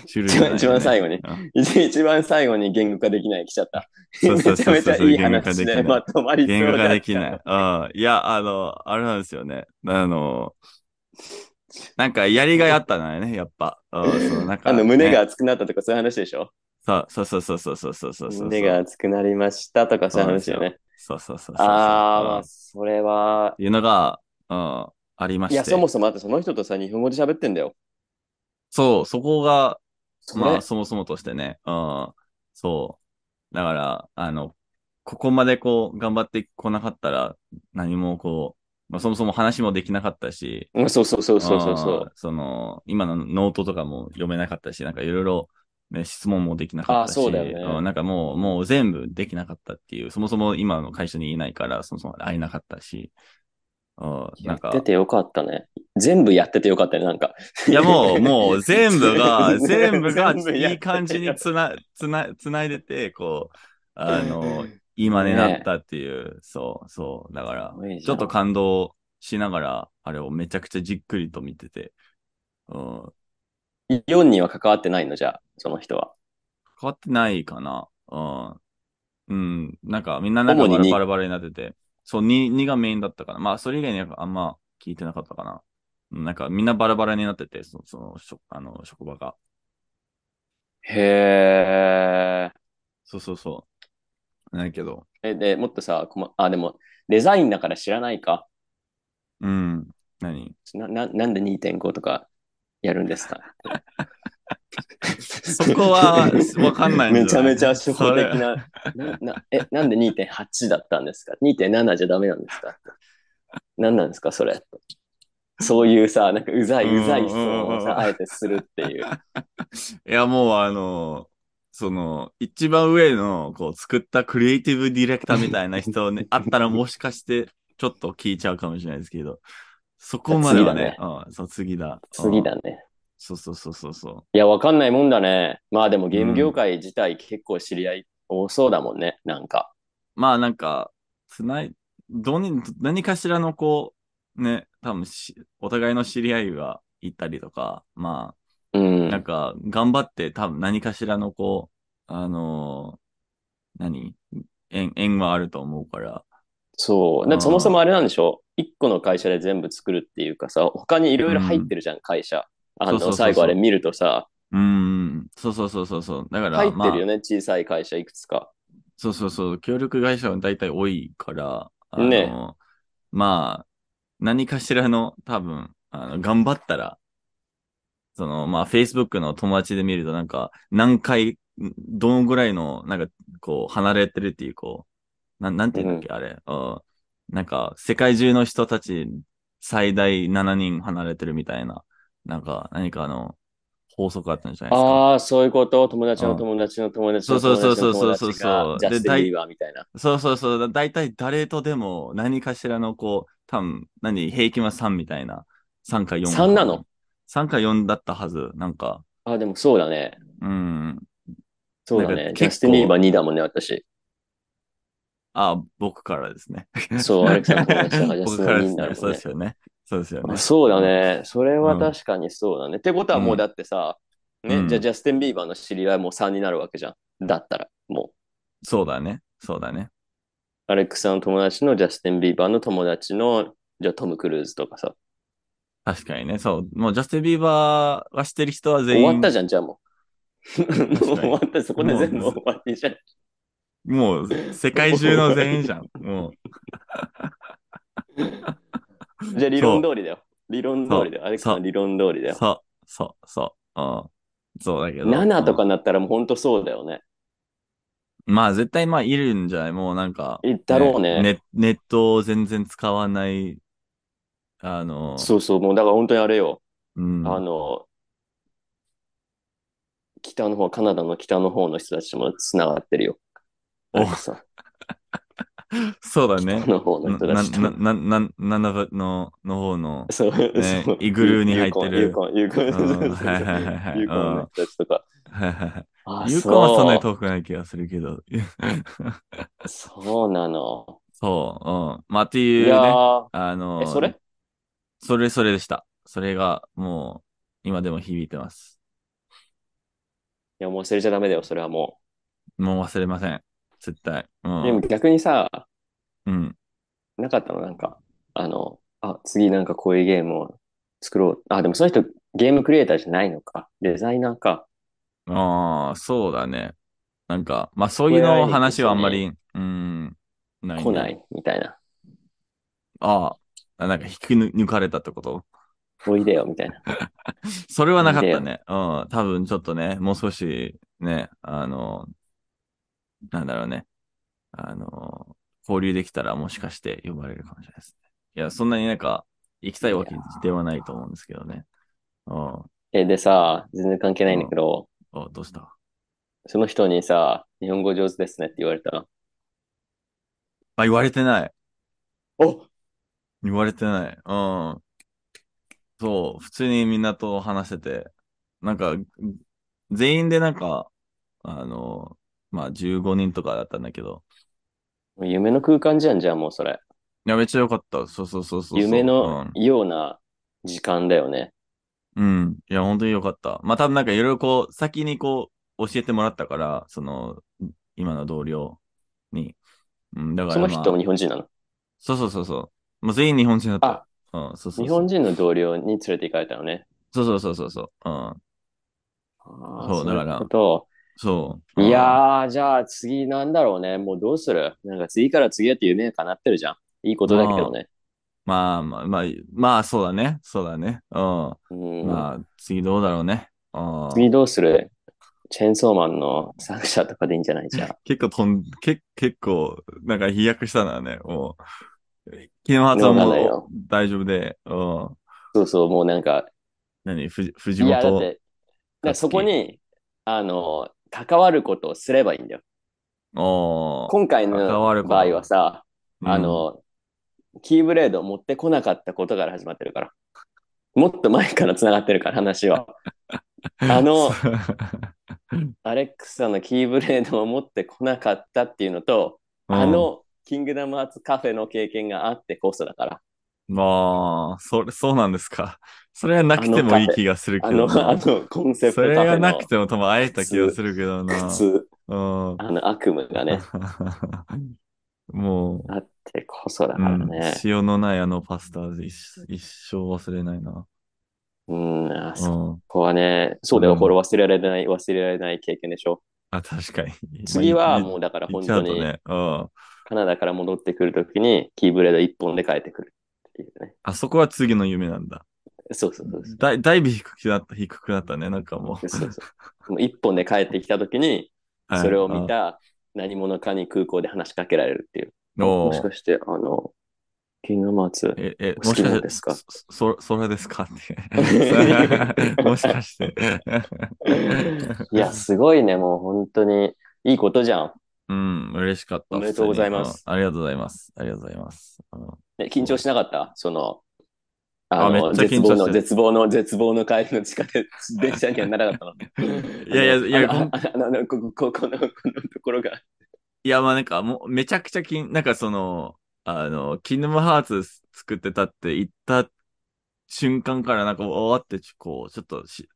Speaker 1: シュールじゃないよね、
Speaker 2: 一番最後に
Speaker 1: うん
Speaker 2: 一 一番最後に言語化できない来ちゃった。
Speaker 1: そうそう
Speaker 2: めちゃ
Speaker 1: そう
Speaker 2: めち
Speaker 1: そう
Speaker 2: ゃ
Speaker 1: そう
Speaker 2: いい
Speaker 1: 言語化で
Speaker 2: 話
Speaker 1: き
Speaker 2: で
Speaker 1: ない
Speaker 2: ま。とまりそう。
Speaker 1: 言語化できないい。うん。いや、あの、あれなんですよね。あの、なんか、やりがいあったのよね、やっぱ。うん、そう、なんか、
Speaker 2: あの胸が
Speaker 1: ね。
Speaker 2: 熱くなったとかそういう話でしょ
Speaker 1: そうそうそうそうそうそうそうそう。
Speaker 2: 胸が熱くなりましたとかそういう話だよね。
Speaker 1: そうそうそうそうそう。
Speaker 2: ああ、ま
Speaker 1: う
Speaker 2: あ
Speaker 1: ん
Speaker 2: それは。
Speaker 1: いうのが、うん、ありま
Speaker 2: い
Speaker 1: し
Speaker 2: や、
Speaker 1: て。
Speaker 2: そもそもあってその人とさ、日本語で喋ってんだよ。
Speaker 1: そう、そこが、
Speaker 2: それ
Speaker 1: まあ、そもそもとしてね。うん、そう。だから、あの、ここまでこう、頑張ってこなかったら、何もこう、まあ、そもそも話もできなかったし、
Speaker 2: うんそうそうそうそうそうそう
Speaker 1: うん。その、今のノートとかも読めなかったし、なんかいろいろ、ね、質問もできなかったし、
Speaker 2: あそうだよね
Speaker 1: うんなんかもう、もう全部できなかったっていう、そもそも今の会社にいないから、そもそも会えなかったし、うん、
Speaker 2: や
Speaker 1: なん
Speaker 2: っ
Speaker 1: か
Speaker 2: て、てよかったね。全部やっててよかったね、なんか。
Speaker 1: いやもう、も う全部が、全部が
Speaker 2: 全部やって
Speaker 1: いい感じにつな、つな、つないでて、こう、あ の、いい真似だったっていう、そう、そう、だから、ちょっと感動しながら、あれをめちゃくちゃじっくりと見てて、うん、
Speaker 2: 4には関わってないのじゃあ、その人は。
Speaker 1: 変わってないかな。うん。うん。なんか、みんななんか
Speaker 2: 主
Speaker 1: バ
Speaker 2: にに
Speaker 1: ラバラバラになってて。そう、2、2がメインだったかな。まあ、それ以外にはあんま聞いてなかったかな。うんなんか、みんなバラバラになってて、そその、しょあの、職場が。
Speaker 2: へ
Speaker 1: そうそうそう。ないけど。
Speaker 2: え。で、もっとさ、こま、あ、でも、デザインだから知らないか。
Speaker 1: うん。何
Speaker 2: な、ななんで2.5とかやるんです か
Speaker 1: そこはわかんないんじゃない
Speaker 2: めちゃめちゃ初歩的ななな。え、なんで2.8だったんですか ?2.7 じゃダメなんですか何なんですかそれ。そういうさ、なんかうざい、うざい質問を
Speaker 1: うんうんうんうん
Speaker 2: さ、あえてするっていう。
Speaker 1: いや、もうあの、その、一番上の、こう、作ったクリエイティブディレクターみたいな人 ね、あったらもしかして、ちょっと聞いちゃうかもしれないですけど、そこまではね、
Speaker 2: 次
Speaker 1: うん、そう、次だ。
Speaker 2: 次
Speaker 1: う
Speaker 2: だ
Speaker 1: ん。
Speaker 2: ね。
Speaker 1: そうそうそうそうそ
Speaker 2: いや、わかんないもんだね。まあでもゲーム業界自体結構知り合い多そうだもんね、なんか。
Speaker 1: う。まあ、なんか、つない、どうに、何かしらの、こう、ね、多分し、お互いの知り合いがいたりとか、まあ、
Speaker 2: うん。
Speaker 1: なんか、頑張って、多分何かしらの、こう、あのー何縁、縁はあると思うから。
Speaker 2: そう。だ
Speaker 1: うん
Speaker 2: そもそもあれなんでしょ一個の会社で全部作るっていうかさ、他にいろいろ入ってるじゃん、会社。あ
Speaker 1: そうそうそう
Speaker 2: の、
Speaker 1: そう
Speaker 2: 最後あれ見るとさ、
Speaker 1: うん、そうそうそうそうそう。だから、
Speaker 2: 入ってるよ
Speaker 1: まあ、
Speaker 2: ね、小さい会社いくつか。
Speaker 1: そうそうそう、協力会社は大体多いから、あの、
Speaker 2: ね
Speaker 1: まあ、何かしらの、多分、あの、頑張ったら、その、まあ、Facebook の友達で見ると、なんか、何回、んどのぐらいの、なんか、こう、離れてるっていう、こう、なん、なんていうんだっけ、あれ、うん、なんか、世界中の人たち、最大7人離れてるみたいな、なんか、何かあの、法則あったんじゃないですか。
Speaker 2: ああ、そういうこと。友達の友達の友達の友達の
Speaker 1: そうそ
Speaker 2: 友
Speaker 1: うそうそうそう
Speaker 2: 達が、ジャスティ
Speaker 1: で
Speaker 2: ン・
Speaker 1: 大
Speaker 2: ビーバーみたいな。
Speaker 1: そうそうそう。だ大体誰とでも何かしらのこう、多分、何、平均は3みたいな。3か4。
Speaker 2: 3なの
Speaker 1: ?3 か4だったはず。なんか、
Speaker 2: ああ、でもそうだね。
Speaker 1: うん。
Speaker 2: そうだ
Speaker 1: なん
Speaker 2: ね。
Speaker 1: か結構
Speaker 2: ジャスティン・ビーバー2だもんね、私。
Speaker 1: あ、僕からですね。
Speaker 2: そう、アレクさん、ごめんなさい。 ジャ
Speaker 1: 僕
Speaker 2: スティン・
Speaker 1: から
Speaker 2: ビ
Speaker 1: で
Speaker 2: ー
Speaker 1: す
Speaker 2: にな
Speaker 1: ね。そうで。すよ
Speaker 2: るもんね
Speaker 1: ね。そうですよ
Speaker 2: あ
Speaker 1: ね。
Speaker 2: そうだね。それ
Speaker 1: う
Speaker 2: は
Speaker 1: ん
Speaker 2: 確かにそうだね。ってことはもううんだってさ、
Speaker 1: う
Speaker 2: ね、
Speaker 1: ん
Speaker 2: じゃあジャスティン・ビーバーの知り合いも3になるわけじゃん。だったら、も
Speaker 1: そうだね。そうだね。
Speaker 2: う、アレックスさんの友達のジャスティン・ビーバーの友達の、じゃあトム・クルーズとかさ。
Speaker 1: 確かにね。そう。もうジャスティン・ビーバーがしてる人は全
Speaker 2: 終
Speaker 1: 員。
Speaker 2: わったじゃん、じゃあもう。もう
Speaker 1: に
Speaker 2: 終わった、そこで全部
Speaker 1: もう
Speaker 2: 終わりじゃん。
Speaker 1: もう、世界中の全員じゃん。 もう。
Speaker 2: じゃあ理論通りだよ。理論通りだよ。アレックスさん
Speaker 1: そ
Speaker 2: の
Speaker 1: う
Speaker 2: 理論通りだよ。
Speaker 1: そう、そう、そう。うん。そうだけど。
Speaker 2: 7と
Speaker 1: う
Speaker 2: か
Speaker 1: ん
Speaker 2: なったらもう本当そうだよね。
Speaker 1: まあ絶対まあいるんじゃないもうなんか。
Speaker 2: いだろうね。
Speaker 1: ネネットを全然使わない、あの、
Speaker 2: そうそう、もうだから本当にあれよ。
Speaker 1: うん、
Speaker 2: あの、北の方、カナダの北の方の人たちもつながってるよ。
Speaker 1: お
Speaker 2: アレックスさん
Speaker 1: そうだね
Speaker 2: 北。の方の人た
Speaker 1: な、
Speaker 2: ちと。
Speaker 1: な、な、な、な、なぶの、の方の、
Speaker 2: そう、
Speaker 1: ね
Speaker 2: そう
Speaker 1: イグルーに入ってる
Speaker 2: ユーコン、ユーコン、ユーコン、
Speaker 1: うん
Speaker 2: そうそうそう
Speaker 1: はいはいはいはい
Speaker 2: ユーコンの人たちとか。
Speaker 1: はいはいはい。
Speaker 2: あ
Speaker 1: ユーコンはそんなに
Speaker 2: そう
Speaker 1: 遠くない気がするけど。
Speaker 2: そうなの。
Speaker 1: そう、うん。まあ、って
Speaker 2: い
Speaker 1: いう
Speaker 2: や
Speaker 1: ね、
Speaker 2: ー、
Speaker 1: あの、
Speaker 2: え、それ
Speaker 1: それそれでした。それが、もう、今でも響いてます。
Speaker 2: いや、もう忘れちゃダメだよ、それはも
Speaker 1: もう忘れません。絶対。う
Speaker 2: う。でも
Speaker 1: ん。
Speaker 2: 逆にさ、
Speaker 1: うん。
Speaker 2: なかったのなんか、あの、あ、次なんかこういうゲームを作ろう。あ、でもその人ゲームクリエイターじゃないのか。デザイナーか。
Speaker 1: ああ、そうだね。なんか、まあ、そういうの話はあんまり、うん、ないね
Speaker 2: 来ないみたいな。
Speaker 1: ああ、なんか引き抜かれたってこと
Speaker 2: おいでよみたいな。
Speaker 1: それはなかったね。うん。多分ちょっとね、もう少しね、あの、なんだろうね。あの、交流できたらもしかして呼ばれるかもしれないですね。いや、そんなになんか、行きたいわけではないと思うんですけどね。うん。
Speaker 2: え、でさ、全然関係ないんだけど、
Speaker 1: あ、どうした
Speaker 2: その人にさ、日本語上手ですねって言われたら、
Speaker 1: あ、言われてない。
Speaker 2: お
Speaker 1: 言われてない。うん。そう、普通にみんなと話してて、なんか、全員でなんか、あの、まあ、15人とかだったんだけど、
Speaker 2: 夢の空間じゃん、じゃあもうそれ。
Speaker 1: いや、めっちゃ良かった。そうそうそうそうそう。
Speaker 2: 夢のような時間だよね。
Speaker 1: うん。うん。いや、本当に良かった。まあ、多分なんかいろいろこう、先にこう、教えてもらったから、その、今の同僚に。うん、だか
Speaker 2: そ
Speaker 1: ら、ま
Speaker 2: の
Speaker 1: あ、
Speaker 2: 人も日本人なの。
Speaker 1: そうそうそうそう。もう全員日本人だった。うん、そうそうそう。
Speaker 2: 日本人の同僚に連れて行かれたのね。
Speaker 1: そうそうそうそうそう。うん。
Speaker 2: あー
Speaker 1: そうだから
Speaker 2: いこと
Speaker 1: そう。
Speaker 2: いやー、じゃあ次なんだろうね。もうどうするなんか次から次へって夢叶ってるじゃん。いいことだけどね。
Speaker 1: まあまあまあ、まあそうだね。そうだね。うん。
Speaker 2: うん
Speaker 1: まあ次どうだろうね。うん。
Speaker 2: 次どうするチェーンソーマンの作者とかでいいんじゃない じゃ
Speaker 1: 結構とん、け結構、なんか飛躍したのはね、もう、昨日発は
Speaker 2: わかんない
Speaker 1: も
Speaker 2: よ
Speaker 1: う大丈夫で、うん。
Speaker 2: あ。そうそう、もうなんか、
Speaker 1: 何ふじ藤
Speaker 2: いや、だっ
Speaker 1: 本
Speaker 2: て、だからそこに、あの、関わることをすればいいんだよ。
Speaker 1: おー
Speaker 2: 今回
Speaker 1: 関わる
Speaker 2: の
Speaker 1: こと
Speaker 2: 場合はさ、
Speaker 1: うん
Speaker 2: あ の、キーブレードを持ってこなかったことから始まってるから。もっと前から繋がってるから、話は。あのアレックサのキーブレードを持ってこなかったっていうのと、あ、の、キングダムアーツカフェの経験があってこそだから。
Speaker 1: うんまあ、それ、そうなんですか。それはなくてもいい気がするけ
Speaker 2: あ
Speaker 1: ど
Speaker 2: の、
Speaker 1: な
Speaker 2: あの、コンセプ
Speaker 1: そ
Speaker 2: トカ
Speaker 1: れ
Speaker 2: フェ
Speaker 1: がな
Speaker 2: の
Speaker 1: くても多分会えた気がするけどな。
Speaker 2: 靴、
Speaker 1: うん。
Speaker 2: あの悪夢がね、
Speaker 1: もう、
Speaker 2: あってこそだ
Speaker 1: う
Speaker 2: から
Speaker 1: ん、
Speaker 2: ね。
Speaker 1: 塩のないあのパスタ一一生忘れないな。
Speaker 2: うん、あ
Speaker 1: う
Speaker 2: そ
Speaker 1: ん、
Speaker 2: こはね、そうだよ、
Speaker 1: うん
Speaker 2: これ忘れられない、忘れられない経験でしょ。
Speaker 1: あ、確かに。
Speaker 2: 次は
Speaker 1: う、
Speaker 2: もうだから
Speaker 1: 行っ
Speaker 2: 本
Speaker 1: ちゃ
Speaker 2: 当
Speaker 1: うと
Speaker 2: に、
Speaker 1: ね。うん。
Speaker 2: カナダから戻ってくるときに、キーブレード一本で帰ってくるっていうね。
Speaker 1: あそこは次の夢なんだ。
Speaker 2: そうそうそうそう。
Speaker 1: だいだいぶ低くなった、低くなったね、なんかもう。
Speaker 2: そうそうもう一本で帰ってきたときに、
Speaker 1: はい
Speaker 2: それを見。た何者かに空港で話しかけられるっていう。
Speaker 1: あお
Speaker 2: もし
Speaker 1: ー
Speaker 2: かして、あの、キングマーツ、
Speaker 1: え、え、
Speaker 2: お
Speaker 1: もし
Speaker 2: 好き
Speaker 1: か
Speaker 2: な
Speaker 1: して、
Speaker 2: んですか
Speaker 1: そ、そそれですか って。もしかして。
Speaker 2: いや、すごいね、もう本当にいいことじゃん。
Speaker 1: うん、嬉しかった。
Speaker 2: おめでとうございます
Speaker 1: 普通にうんありがとうございます。ありがとうございます。うん
Speaker 2: ね、緊張しなかったその、あ
Speaker 1: あめっ
Speaker 2: の、
Speaker 1: ちゃ緊張して
Speaker 2: 絶望の、絶望の、絶望の帰りの地下鉄、電車にはならなかったの。
Speaker 1: いやいやいや
Speaker 2: あ
Speaker 1: ほ
Speaker 2: の
Speaker 1: ん
Speaker 2: あの、あの、ここ、ここの、このところが。
Speaker 1: いや、まあなんかもう、めちゃくちゃきん、なんかその、あの、キングムハーツ作ってたって言った瞬間からなんか、わーって、こう、ちょっとし、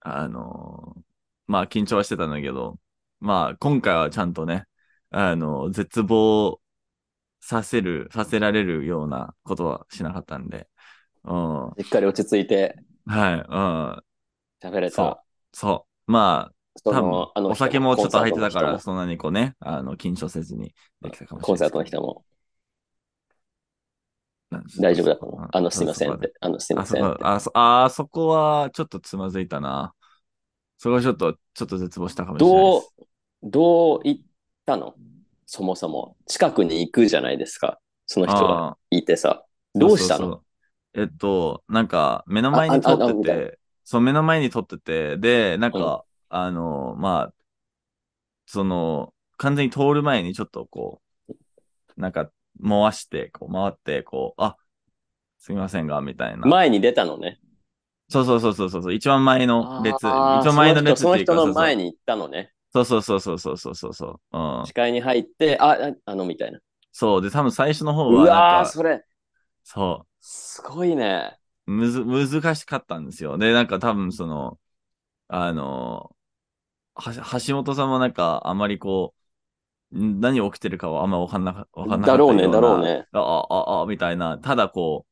Speaker 1: あのーまあ緊張はしてたんだけど、まあ今回はちゃんとね、あの、絶望させる、させられるようなことはしなかったんで、うん、は
Speaker 2: しっかり落ち着いて
Speaker 1: い、うん、
Speaker 2: 喋れ
Speaker 1: そう
Speaker 2: た。
Speaker 1: そう。まあ、
Speaker 2: そ
Speaker 1: 多
Speaker 2: の、あ
Speaker 1: 分
Speaker 2: の人も、
Speaker 1: お酒もちょっと入ってたから、
Speaker 2: コ
Speaker 1: そんなにこうね、あの、緊張せずにできたかもしれない。
Speaker 2: ンサートの人も、
Speaker 1: なんです
Speaker 2: 大丈夫だと
Speaker 1: そ
Speaker 2: 思
Speaker 1: こ
Speaker 2: う。あの、すいませんっ。て。あの、すい
Speaker 1: あ
Speaker 2: ま
Speaker 1: そ
Speaker 2: せ
Speaker 1: こ
Speaker 2: ん
Speaker 1: は
Speaker 2: って。
Speaker 1: あそこはあそあそこはちょっとつまずいたな。そこはちょっと、ちょっと絶望したかもしれない
Speaker 2: ど
Speaker 1: で
Speaker 2: う
Speaker 1: す。、
Speaker 2: どう行ったのそもそも。近くに行くじゃないですか。その人が
Speaker 1: あ
Speaker 2: いてさ。
Speaker 1: ー
Speaker 2: どうした
Speaker 1: そ
Speaker 2: の
Speaker 1: そそうえっと、なんか、目の前に撮
Speaker 2: あああ
Speaker 1: っ
Speaker 2: みたい
Speaker 1: てて、そう、目の前に撮ってて、で、なんか、あの、まあ、その、完全に通る前にちょっとこう、なんか、回して、こう、回って、こう、あ、すみませんが、みたいな。
Speaker 2: 前に出たのね。
Speaker 1: そうそうそうそうそう、一番前の列、一
Speaker 2: あー
Speaker 1: 番前の列
Speaker 2: その人その人の前
Speaker 1: に。
Speaker 2: に行ったのね。
Speaker 1: そうそうそうそうそうそうそうそうそう。うん。
Speaker 2: 視界に入って、あ、ああの、みたいな。
Speaker 1: そう。で、多分最初の方
Speaker 2: う
Speaker 1: は
Speaker 2: わ
Speaker 1: なん
Speaker 2: ー、
Speaker 1: か、
Speaker 2: それ、
Speaker 1: そ
Speaker 2: すごいね。
Speaker 1: う、むず、難しかったんですよ。で、なんか多分その、あの、はし橋本さんもなんか、あまりこう、ん何起きてるかはあんまわかんなかわかんなかっ
Speaker 2: だ
Speaker 1: たよ
Speaker 2: ろ
Speaker 1: う
Speaker 2: う
Speaker 1: な。
Speaker 2: ね、だろうね。
Speaker 1: あ、あ、あ、あみたいな、ただこ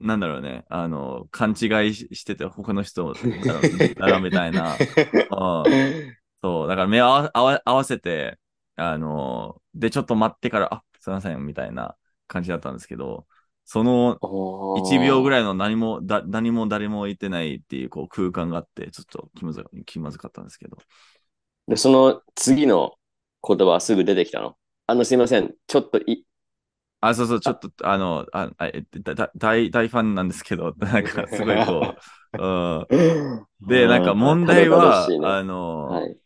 Speaker 1: う、なんだろうね、あの、勘違いししてて、他の人だろだろみたいな、うん、 そう、だから目合わ合わ合わせて、あの、で、ちょっと待ってから、あ、すいません、みたいな感じだったんですけど、その1
Speaker 2: 1
Speaker 1: 秒ぐ
Speaker 2: い。
Speaker 1: らいの何も、だ何も誰も言ってないっていうこう空間があって、ちょっと気まず気まずかったんですけど。
Speaker 2: で、その次の言葉はすぐ出てきたの。あの、すいません、ちょっとい、
Speaker 1: あ、そう そう、ちょっと、あの、あ、あえだだ大、大ファンなんですけど、なんかすごいこう、うん、 で、なんか問題は、
Speaker 2: たどたどしいね
Speaker 1: あの、
Speaker 2: はい、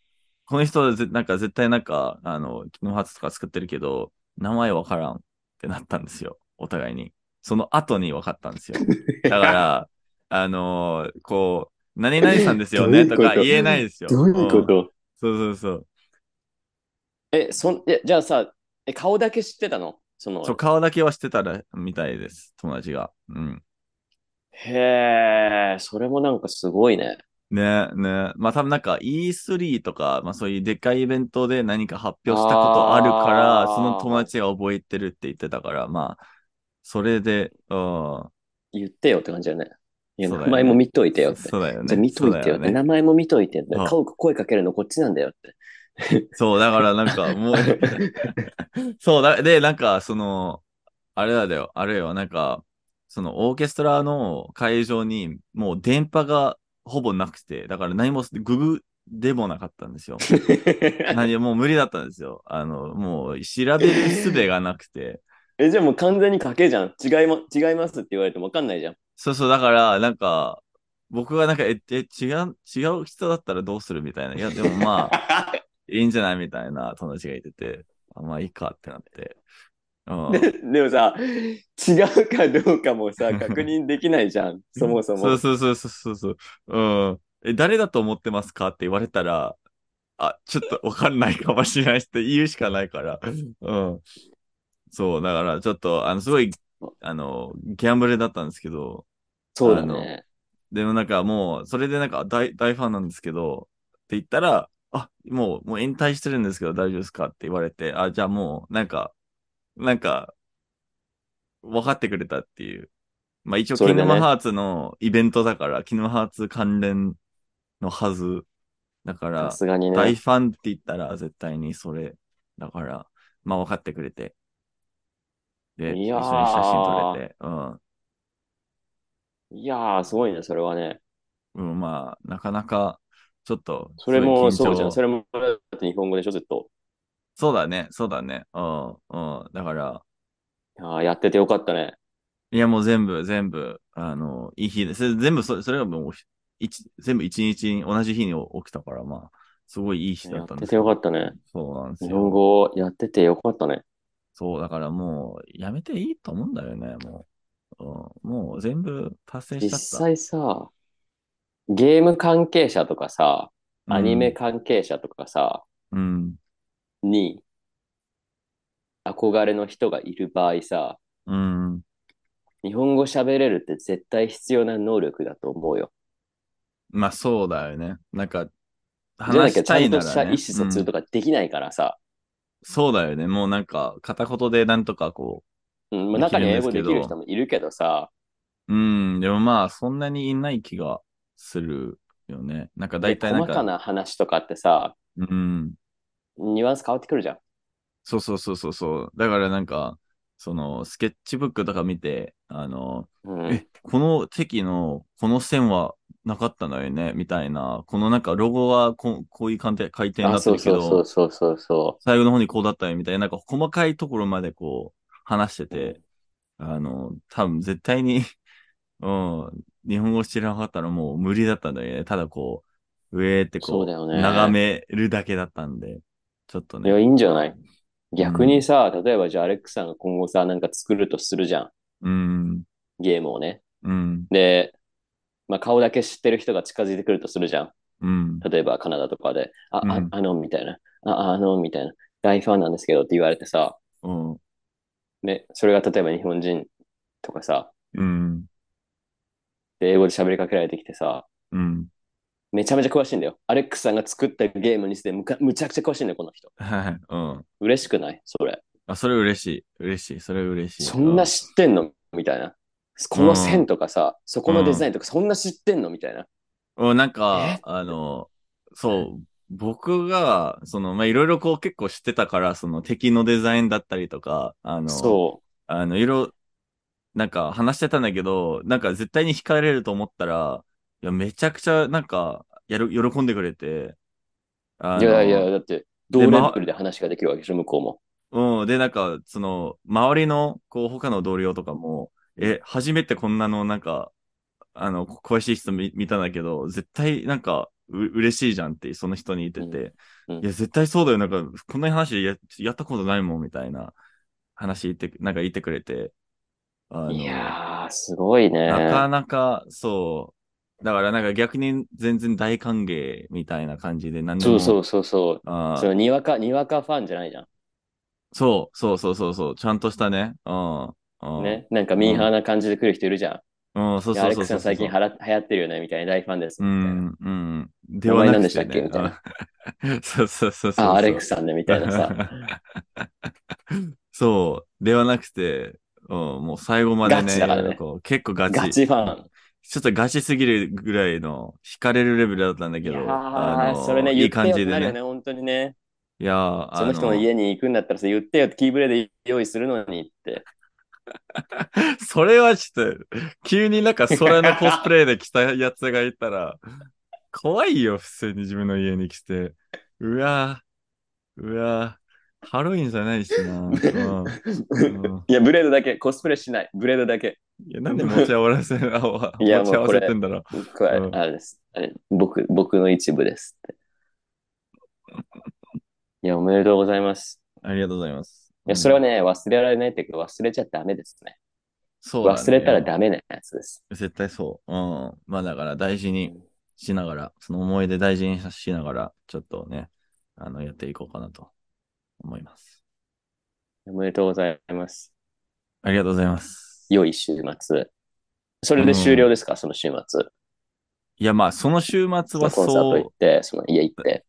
Speaker 1: この人ぜ、なんか絶対なんか、あの、機能発とか作ってるけど、名前わからんってなったんですよ。お互いに。その後に分かったん ですよ。だから、あのこう、何々さんですよね
Speaker 2: ど
Speaker 1: と
Speaker 2: ういうこと
Speaker 1: か言えないですよ。
Speaker 2: どういうこ
Speaker 1: ん
Speaker 2: と
Speaker 1: そうそうそう。
Speaker 2: え、そん、えじゃあさ、え、顔だけ知ってたのその、
Speaker 1: そう、顔だけはしてたら、みたいです。友達が。うん。
Speaker 2: へえ、それもなんかすごいね。
Speaker 1: ねねまあ多分なんか E3 とか、まあそういうでっかいイベントで何か発表したことあるから、
Speaker 2: あー
Speaker 1: その友達が覚えてるって言ってたから、まあ、それで、うん。
Speaker 2: 言ってよって感じだよね。いや、
Speaker 1: そうだよ
Speaker 2: 名
Speaker 1: ね
Speaker 2: 前も見といてよって。
Speaker 1: そうだよね。
Speaker 2: じゃあ見といてよ
Speaker 1: そうだ
Speaker 2: って。
Speaker 1: ね
Speaker 2: 名前も見といてって
Speaker 1: うん。
Speaker 2: 顔、声かけるのこっちなんだ よって。
Speaker 1: そう、だからなんかもう そうだ、で、なんかその、あれだよ、あれよ、なんか、そのオーケストラの会場にもう電波がほぼなくて、だから何もググでもなかったん ですよ。何もう無理だったんですよ。あの、もう調べる術がなくて。
Speaker 2: え、じゃあもう完全に賭けじゃん。違いも、違いますって言われてもわかんないじゃん。
Speaker 1: そうそう、だから、なんか、僕がなんか、え、え、違う、違う人だったらどうするみたいな。いや、でもまあ、 いいんじゃないみたいな友達がいてて、あまあいいかってなって。うん、
Speaker 2: でもさ、違うかどうか もさ、確認できないじゃん。そもそ
Speaker 1: そう
Speaker 2: も。
Speaker 1: そうそうそうそう。うん、え誰だと思ってますかって言われたら、あ、ちょっとわかんないかもしれないしって言うしかないから。うん。そう、だからちょっと、あの、すごい、あの、ギャンブルだったんですけど、
Speaker 2: そうだね。
Speaker 1: でもなんかもう、それでなんか大、大ファンなんですけど、って言ったら、あ、もう、もう引退してるんですけど大丈夫ですかって言われて、あ、じゃあもう、なんか、なんか、分かってくれたっていう。まあ一応、
Speaker 2: そ
Speaker 1: キ
Speaker 2: れ
Speaker 1: ン
Speaker 2: で
Speaker 1: グ
Speaker 2: ね
Speaker 1: マハーツのイベントだから、キングマハーツ関連のはず。だか
Speaker 2: さ
Speaker 1: ら、
Speaker 2: すがに
Speaker 1: 大
Speaker 2: ね。
Speaker 1: ファンって言ったら絶対にそれ。だから、まあ分かってくれて。で、
Speaker 2: い
Speaker 1: 一緒
Speaker 2: やー
Speaker 1: に写真撮れて。うん。
Speaker 2: いやー、すごいね、それはね。
Speaker 1: うん、まあ、なかなか、ちょっと、
Speaker 2: それも
Speaker 1: すごい緊
Speaker 2: そう
Speaker 1: 張
Speaker 2: じゃん。それもだって日本語でしょ、ずっと。
Speaker 1: そうだね、そうだね。うん、うん。だから、
Speaker 2: あーやっててよかったね。
Speaker 1: いやもう全部、全部、あの、いい日です。全部そ、それがもう、一全部一日に、同じ日に起きたから、まあ、すごいいい日だ
Speaker 2: や
Speaker 1: った
Speaker 2: っ
Speaker 1: んで
Speaker 2: て
Speaker 1: す
Speaker 2: てよかったね。
Speaker 1: そうなんです
Speaker 2: 日本
Speaker 1: よ。
Speaker 2: 語やっててよかったね。
Speaker 1: そう、だからもう、やめていいと思うんだよね、もう。うん、もう全部達成し
Speaker 2: 実
Speaker 1: ちゃった。
Speaker 2: 際さ、ゲーム関係者とかさ、アニメ
Speaker 1: か。
Speaker 2: 関係者とかさ、
Speaker 1: うん、
Speaker 2: に憧れの人がいる場合さ、
Speaker 1: うん。
Speaker 2: 日本語喋れるって絶対必要な能力だと思うよ。
Speaker 1: まあ、そうだよね。なんか、
Speaker 2: じゃな
Speaker 1: 話
Speaker 2: きゃ
Speaker 1: し
Speaker 2: ちゃ
Speaker 1: たい
Speaker 2: ん
Speaker 1: な
Speaker 2: と
Speaker 1: ら、ね。
Speaker 2: した意思疎
Speaker 1: うん
Speaker 2: 通とかできないからさ、
Speaker 1: そうだよね。もうなんか、片言でなんとかこ
Speaker 2: うんま
Speaker 1: で
Speaker 2: あ、
Speaker 1: き
Speaker 2: 中
Speaker 1: る
Speaker 2: に
Speaker 1: ん
Speaker 2: 英
Speaker 1: です
Speaker 2: 語
Speaker 1: け
Speaker 2: で
Speaker 1: ど
Speaker 2: きる人もいるけどさ、
Speaker 1: う、うん、でもまあ、そんなにいない気がするよね。なんか
Speaker 2: で
Speaker 1: 大体なん
Speaker 2: 細
Speaker 1: か、
Speaker 2: かな話とかってさ、
Speaker 1: うん、
Speaker 2: ニュアンス変わってくるじゃん。
Speaker 1: そうそうそうそうそう。だからなんか、その、スケッチブックとか見て、あの、
Speaker 2: うん
Speaker 1: え、この席の、この線はなかったのよね、みたいな、このなんかロゴはここういう感じ回転だ
Speaker 2: あ、
Speaker 1: った
Speaker 2: そう
Speaker 1: け
Speaker 2: そうそう
Speaker 1: ど、
Speaker 2: そうそうそ
Speaker 1: 最後の方にこうだったよ、みたいな、なんか細かいところまでこう、話して
Speaker 2: う。
Speaker 1: て、あの、多分絶対に、 うん、日本語知らなかったらもう無理だったんだよね。ただこう、上って
Speaker 2: そう
Speaker 1: こ
Speaker 2: だよ
Speaker 1: う、
Speaker 2: ね
Speaker 1: 眺めるだけだったんで、ちょっと
Speaker 2: いや、
Speaker 1: ね。
Speaker 2: いいんじゃない逆にさ、例えばじゃあアレックさんが今後さ、なんか作るとするじゃん。
Speaker 1: うん。
Speaker 2: ゲームをね。
Speaker 1: うん。
Speaker 2: で、まあ、顔だけ知ってる人が近づいてくるとするじゃん。
Speaker 1: うん。
Speaker 2: 例えばカナダとかで、あ、あ
Speaker 1: うん
Speaker 2: あの、みたいな。あ、あの、みたいな。大ファンなんですけどって言われてさ、
Speaker 1: うん。
Speaker 2: ね、それが例えば日本人とかさ、
Speaker 1: うん。
Speaker 2: で英語で喋りかけられてきてさ、
Speaker 1: うん。
Speaker 2: めちゃめちゃ詳しいんだよ。アレックスさんが作ったゲームにしてむかむちゃくちゃ詳しいんだよ、この人。
Speaker 1: はい。うん。
Speaker 2: 嬉しくないそれ。
Speaker 1: あ、それ嬉しい。嬉しい。それ嬉しい。
Speaker 2: そんな知ってんのみたいな。この線とかさ、そこのデザインとか、そんな知ってんのみたいな。
Speaker 1: うん、なん
Speaker 2: え
Speaker 1: か、あの、そう、僕が、その、まあ、いろいろこう結構知ってたから、その敵のデザインだったりとか、あの、
Speaker 2: そ
Speaker 1: あの、いろいろ、なんか話してたんだけど、なんか絶対に惹かれると思ったら、いや、めちゃくちゃ、なんか、やる、喜んでくれて、あ
Speaker 2: う。
Speaker 1: の
Speaker 2: いやいや、だって、同
Speaker 1: で
Speaker 2: レベ
Speaker 1: ま
Speaker 2: ルで話ができるわけでしょ、向こうも。
Speaker 1: うん、で、なんか、その、周りの、こう、他の同僚とかも、え、初めてこんなの、なんか、あの、こ詳しい人見見たんだけど、絶対、なんか、う、嬉しいじゃんって、その人に言ってて、
Speaker 2: うんうん
Speaker 1: いや、絶対そうだよ、なんか、こんな話や、やったことないもん、みたいな話言って、なんか言ってくれて、あの、
Speaker 2: いやー、すごいね。
Speaker 1: なかなか、そう、だからなんか逆に全然大歓迎みたいな感じで、なんで
Speaker 2: そう
Speaker 1: も、
Speaker 2: そうそうそう。
Speaker 1: あー
Speaker 2: そのにわか、にわかファンじゃないじゃ
Speaker 1: そう、そうそうそうそう、ちゃんとしたね、うん、うん
Speaker 2: ん。。ね。なんかミーハーな感じで来る人いるじゃん。
Speaker 1: うん、そう
Speaker 2: いやア
Speaker 1: そう
Speaker 2: レッ
Speaker 1: そうそ
Speaker 2: クさ
Speaker 1: うんそう。
Speaker 2: 最近はら流行ってるよね、みたいな大ファンです。
Speaker 1: う
Speaker 2: みたいな。
Speaker 1: ん、うん。で
Speaker 2: 名
Speaker 1: はな
Speaker 2: 前何
Speaker 1: く
Speaker 2: でしてたっけ
Speaker 1: ね
Speaker 2: みたいな。
Speaker 1: うんそうそうそうそうそう。
Speaker 2: あ、アレックさんね、みたい なさ。
Speaker 1: そう。ではなくて、うん、もう最後まで
Speaker 2: ガ
Speaker 1: ね、
Speaker 2: チだか
Speaker 1: い
Speaker 2: らね
Speaker 1: ろいろこう結構ガチ。
Speaker 2: ガチファン。
Speaker 1: ちょっとガチすぎるぐらいの、惹かれるレベルだったんだけ
Speaker 2: い
Speaker 1: ど、
Speaker 2: や
Speaker 1: あの、
Speaker 2: ーそれね、
Speaker 1: い
Speaker 2: 言
Speaker 1: い
Speaker 2: ってよ
Speaker 1: 感じ
Speaker 2: って
Speaker 1: で
Speaker 2: なるよ
Speaker 1: ね
Speaker 2: ね、。本当にね。
Speaker 1: いやー
Speaker 2: その人の家に行くんだったらさ、言ってよってキーブレーで用意するのにって。
Speaker 1: それはちょっと、急になんか空のコスプレで来たやつがいた ら、怖いよ、普通に自分の家に来て。うわぁ、うわぁ、ハロウィンじゃないしな。う ん、ん
Speaker 2: いや、ブレードだけ、コスプレしない。ブレードだけ。
Speaker 1: いやなんで持ち合わ せ、あわ
Speaker 2: いや
Speaker 1: 持ち合わせてんだろう。
Speaker 2: これ、
Speaker 1: うん
Speaker 2: あれです。あれ僕、僕の一部ですって。いや、おめでとうございます。
Speaker 1: ありがとうございます。
Speaker 2: いや、それは
Speaker 1: ね、
Speaker 2: ね、忘れられないっていうか、忘れちゃダメですね。
Speaker 1: そうだね
Speaker 2: 忘れたらダメなやつです。
Speaker 1: 絶対そう。うん。まあだから大事にしながら、その思い出大事にしながら、ちょっとね、あの、やっていこうかなと思います。
Speaker 2: おめでとうございます。
Speaker 1: ありがとうございます。
Speaker 2: 良い週末。それで終了ですか、その週末。
Speaker 1: いや、まあ、その週末は
Speaker 2: コンサート行
Speaker 1: そ
Speaker 2: って、その家行って。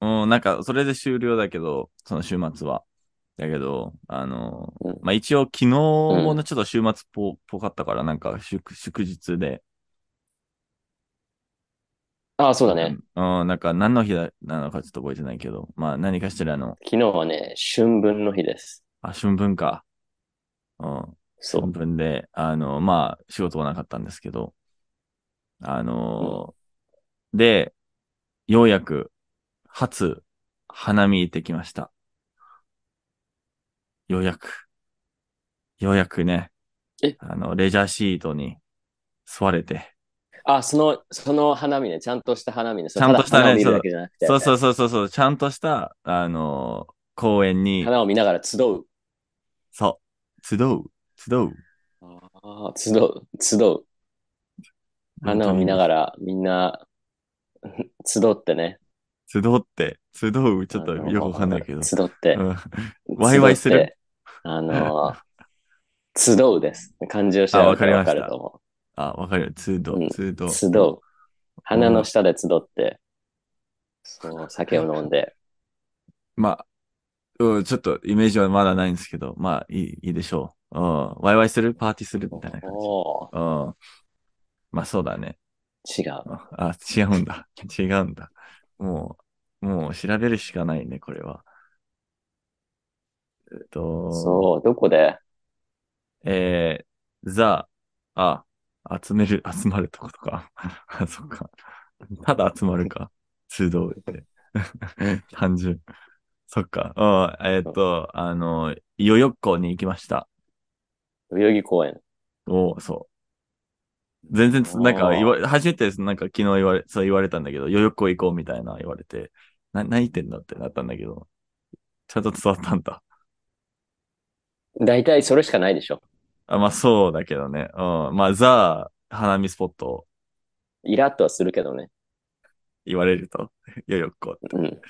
Speaker 1: う、うん、なんか、それで終了だけど、その週末は。だけど、あの、
Speaker 2: うん
Speaker 1: まあ一応昨日もねちょっと週末っぽ,、ぽかったから、なんか祝、祝日で。
Speaker 2: ああ、そうだね。
Speaker 1: うん。うん、なんか何の日だなのかちょっと覚えてないけど、まあ何かしらの、
Speaker 2: 昨日はね、春分の日です。
Speaker 1: あ、春分か。うん。
Speaker 2: そ
Speaker 1: 春
Speaker 2: う。
Speaker 1: 分で、あの、まあ仕事はなかったんですけど、あので、ようやく、初、花見行ってきました。ようやく。ようやくね
Speaker 2: え、
Speaker 1: あの、レジャーシートに座れて。
Speaker 2: あ、その、その花見ね、ちゃんとした花見ね。
Speaker 1: ちゃんとしたね
Speaker 2: 花を見るだけじゃなくて。
Speaker 1: そうそうそうそうそう、ちゃんとした、あの公園に、
Speaker 2: 花を見ながら集う。
Speaker 1: そう、集う、集う。
Speaker 2: ああ、集う、集う。花を見なが
Speaker 1: ら。
Speaker 2: ら、みんな、集ってね。
Speaker 1: 集って、集う、ちょっと
Speaker 2: あの
Speaker 1: よくわかんないけど。
Speaker 2: 集って
Speaker 1: う。んワイワイする
Speaker 2: 集って。あ のー、集うです。漢字を調
Speaker 1: あ
Speaker 2: べ
Speaker 1: わ
Speaker 2: た
Speaker 1: かり
Speaker 2: ら
Speaker 1: ま
Speaker 2: わ
Speaker 1: した
Speaker 2: かると思
Speaker 1: あ、わかるよ。集う
Speaker 2: うん、
Speaker 1: 集う
Speaker 2: う。。集う。花の下で集って、そう、酒を飲んで。
Speaker 1: まあ、うん、ちょっとイメージはまだないんですけど、まあ、いい、いいでしょう。うん。ワイワイするパーティーするみたいな感じ。
Speaker 2: お
Speaker 1: うん。まあ、そうだね。
Speaker 2: ー違う。
Speaker 1: あ、違うんだ。違うんだ。もう、もう調べるしかないね、これは。えっと、
Speaker 2: そう、どこで
Speaker 1: えー、ザ、あ、集める、 集まるってことか。 あ、そっか。ただ集まるか。通道で。 単純。そっか。うんえーっと、あの、代々木港に行きました。
Speaker 2: 代々木公園。
Speaker 1: おーそう。全然つ、なんか
Speaker 2: あー
Speaker 1: 言わ、初めてです、なんか昨日言われ、そう言われたんだけど、代々木港行こうみたいな言われて、な、何言ってんだってなったんだけど、ちゃんと伝わったんだ。
Speaker 2: 大体それしかないでしょ。
Speaker 1: あ、まあそうだけどね。うん。まあザ、花見スポット
Speaker 2: イラッとはするけどね。
Speaker 1: 言われると、 よよっこ。
Speaker 2: うん。うんい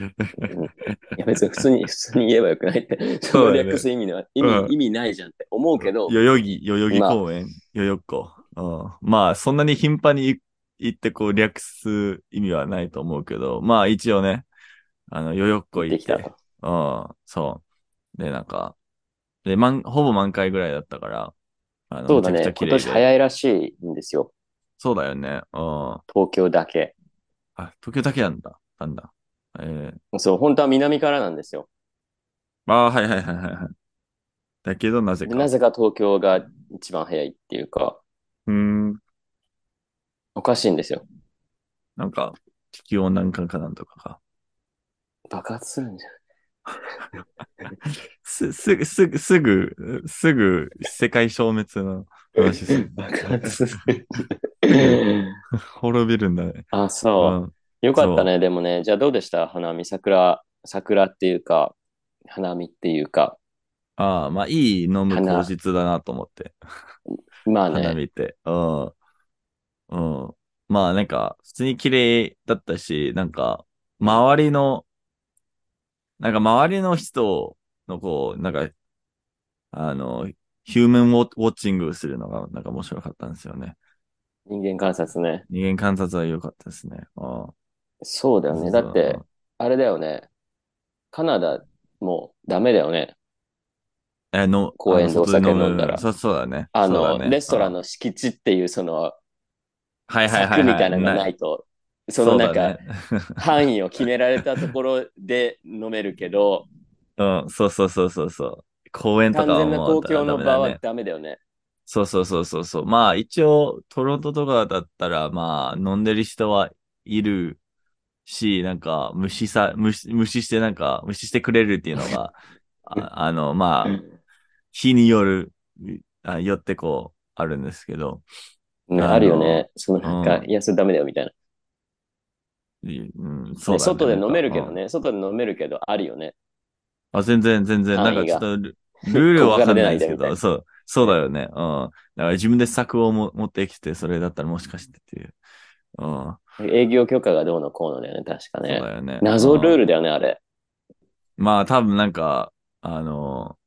Speaker 2: や別に普通に、普通に言えばよくないって。
Speaker 1: そ
Speaker 2: そう
Speaker 1: だ
Speaker 2: の
Speaker 1: ね
Speaker 2: 略す意味の、意味、
Speaker 1: うん
Speaker 2: 意味ないじゃんって思うけど、
Speaker 1: 代々木、代々木公園、代々木湖。うん。まあそんなに頻繁に行ってこう略す意味はないと思うけど、まあ一応ね、あの、代々木湖行
Speaker 2: で
Speaker 1: っ
Speaker 2: きた
Speaker 1: て、
Speaker 2: と。
Speaker 1: うん、そう。で、なんか、で、満、ほぼ満開ぐらいだったから、あの
Speaker 2: そうだ
Speaker 1: めち
Speaker 2: ね
Speaker 1: ゃ。くちゃ綺
Speaker 2: 今
Speaker 1: 麗
Speaker 2: 年
Speaker 1: で。
Speaker 2: 早いらしいんですよ。
Speaker 1: そうだよね。うん。あ、
Speaker 2: 東京だけ。
Speaker 1: 東京だけなんだ。なんだ。えー、
Speaker 2: そう、本当は南からなんですよ。
Speaker 1: ああー、はいはいはいはいはい。だけど、なぜ
Speaker 2: で
Speaker 1: か。
Speaker 2: なぜか東京が一番早いっていうか、
Speaker 1: うーん。
Speaker 2: おかしいんですよ。
Speaker 1: なんか、地球温暖化かなんとかか。
Speaker 2: 爆発するんじゃん。。
Speaker 1: す、すぐ、すぐ、すぐ、すぐ、世界消滅の話する
Speaker 2: 爆発するんじゃん。
Speaker 1: 滅びるんだね。
Speaker 2: あ、
Speaker 1: う
Speaker 2: そう。
Speaker 1: ん。
Speaker 2: よかったね、でもね。じゃあどうでした花見、桜、桜っていうか、花見っていうか、
Speaker 1: ああ、まあ、いい飲む
Speaker 2: 花
Speaker 1: 口実だなと思って。
Speaker 2: まあ
Speaker 1: 花
Speaker 2: ね、
Speaker 1: 見って。うん。うん。まあ、なんか、普通に綺麗だったし、なんか、周りの、なんか周りの人のこう、なんか、あの、ヒューマンウォウォッチングするのが、なんか面白かったんですよね。
Speaker 2: 人間観察ね。
Speaker 1: 人間観察は良かったですね。うん。
Speaker 2: そうだよね。だって、あれだよね。カナダもうダメだよね。
Speaker 1: え、の、
Speaker 2: 公園でお酒
Speaker 1: あの外
Speaker 2: 飲んだら
Speaker 1: そう、そうだね。
Speaker 2: あ
Speaker 1: そ
Speaker 2: の、
Speaker 1: うだね
Speaker 2: レストラン
Speaker 1: の、
Speaker 2: の敷地っていうその
Speaker 1: はいはいはいは
Speaker 2: 柵
Speaker 1: い。
Speaker 2: みたいなのがないと、そのなんか、
Speaker 1: そうだね
Speaker 2: 範囲を決められたところで飲める けど、
Speaker 1: うん、そうそうそうそうそう。公園と
Speaker 2: 完
Speaker 1: かは
Speaker 2: 全な
Speaker 1: も
Speaker 2: 公
Speaker 1: うダ
Speaker 2: 共の
Speaker 1: メ
Speaker 2: 場
Speaker 1: だ
Speaker 2: は
Speaker 1: ね。
Speaker 2: ダメだよね。
Speaker 1: そうそうそうそうそう。まあ一応、トロントとかだったら、まあ飲んでる人はいるし、なんか無視さ、無視、無視してなんか、無視してくれるっていうの が、ああの、まあ、日による、あ、よってこう、あるんですけど、
Speaker 2: ね
Speaker 1: あの
Speaker 2: あるよね。そのなんか、
Speaker 1: うん
Speaker 2: いや、それダメだよみたいな。
Speaker 1: うん、
Speaker 2: ね
Speaker 1: そうだね。
Speaker 2: 外で飲めるけ
Speaker 1: う
Speaker 2: ど
Speaker 1: ん
Speaker 2: ね。外で飲めるけど、あるよね。
Speaker 1: あ、全然、全然。なんか
Speaker 2: 範囲
Speaker 1: ちょ
Speaker 2: が
Speaker 1: っとル、ルールはわかんない ですけ
Speaker 2: ここか
Speaker 1: ど、
Speaker 2: ら出ないでみたいな
Speaker 1: そう、そうだよね。うん。だから自分で策をも持ってきて、それだったらもしかしてっていう。うん。そ
Speaker 2: 営業許可がどうのこうのだよね、確か
Speaker 1: う
Speaker 2: ね。
Speaker 1: だよね。
Speaker 2: 謎ルー
Speaker 1: ル。
Speaker 2: ルだよね、あれ。
Speaker 1: まあ、多分なんか、あのー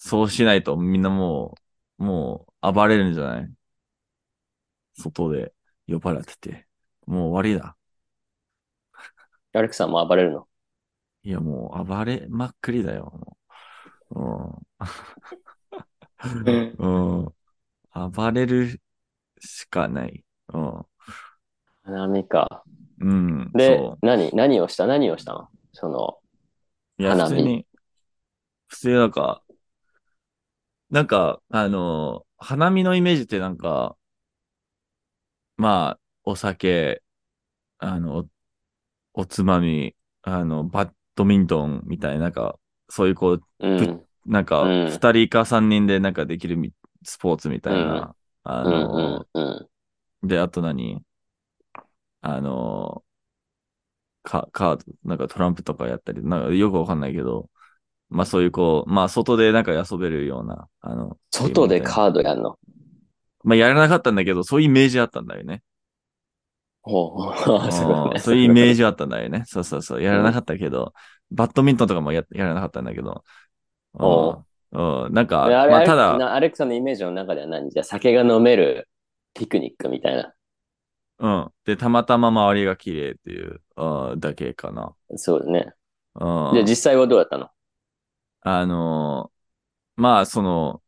Speaker 1: そうしないとみんなもう、もう暴れるんじゃない外で酔っ払ってて。もう終わりだ。
Speaker 2: アレクさんも暴れるの。
Speaker 1: いや、もう暴れまっくりだよ。もううん。うん。暴れるしかない。うん。
Speaker 2: 花見か。
Speaker 1: うん。
Speaker 2: で
Speaker 1: そ、
Speaker 2: 何、何をした何をしたのその、
Speaker 1: う。いや、
Speaker 2: 花
Speaker 1: 普
Speaker 2: 見
Speaker 1: 通に、普通になんか、なんか、あのー、花見のイメージってなんか、まあ、お酒、あの、おおつまみ、あの、バドミントンみたいな、なんか、そういうこう、
Speaker 2: うん。
Speaker 1: なんか、
Speaker 2: うん
Speaker 1: 二人か三人でなんかできるみスポーツみたいな、あ
Speaker 2: うん
Speaker 1: のー、
Speaker 2: うんうん。
Speaker 1: で、あと何あのーカ、カード、なんかトランプとかやったり、なんかよくわかんないけど、まあそういうこう、まあ外でなんか遊べるような、あの、
Speaker 2: 外で
Speaker 1: ゲームみたいな
Speaker 2: カードやんの。
Speaker 1: まあやらなかったんだけど、そういうイメージあったんだよ ね。
Speaker 2: ほうほうすごいね
Speaker 1: うんそういうイメージあったんだよね。そうそうそう。やらなかったけど、バドミントンとかもややらなかったんだけど、
Speaker 2: おう
Speaker 1: うんうんなんか、
Speaker 2: あれ、
Speaker 1: ま
Speaker 2: あ
Speaker 1: あ
Speaker 2: れ
Speaker 1: ただ、
Speaker 2: なアレクさんのイメージの中では何じゃあ酒が飲めるピクニックみたいな。
Speaker 1: うん。で、たまたま周りが綺麗っていう、うんだけかな。
Speaker 2: そうだね。
Speaker 1: うん
Speaker 2: で、実際はどうだったの
Speaker 1: あのーまあ、その、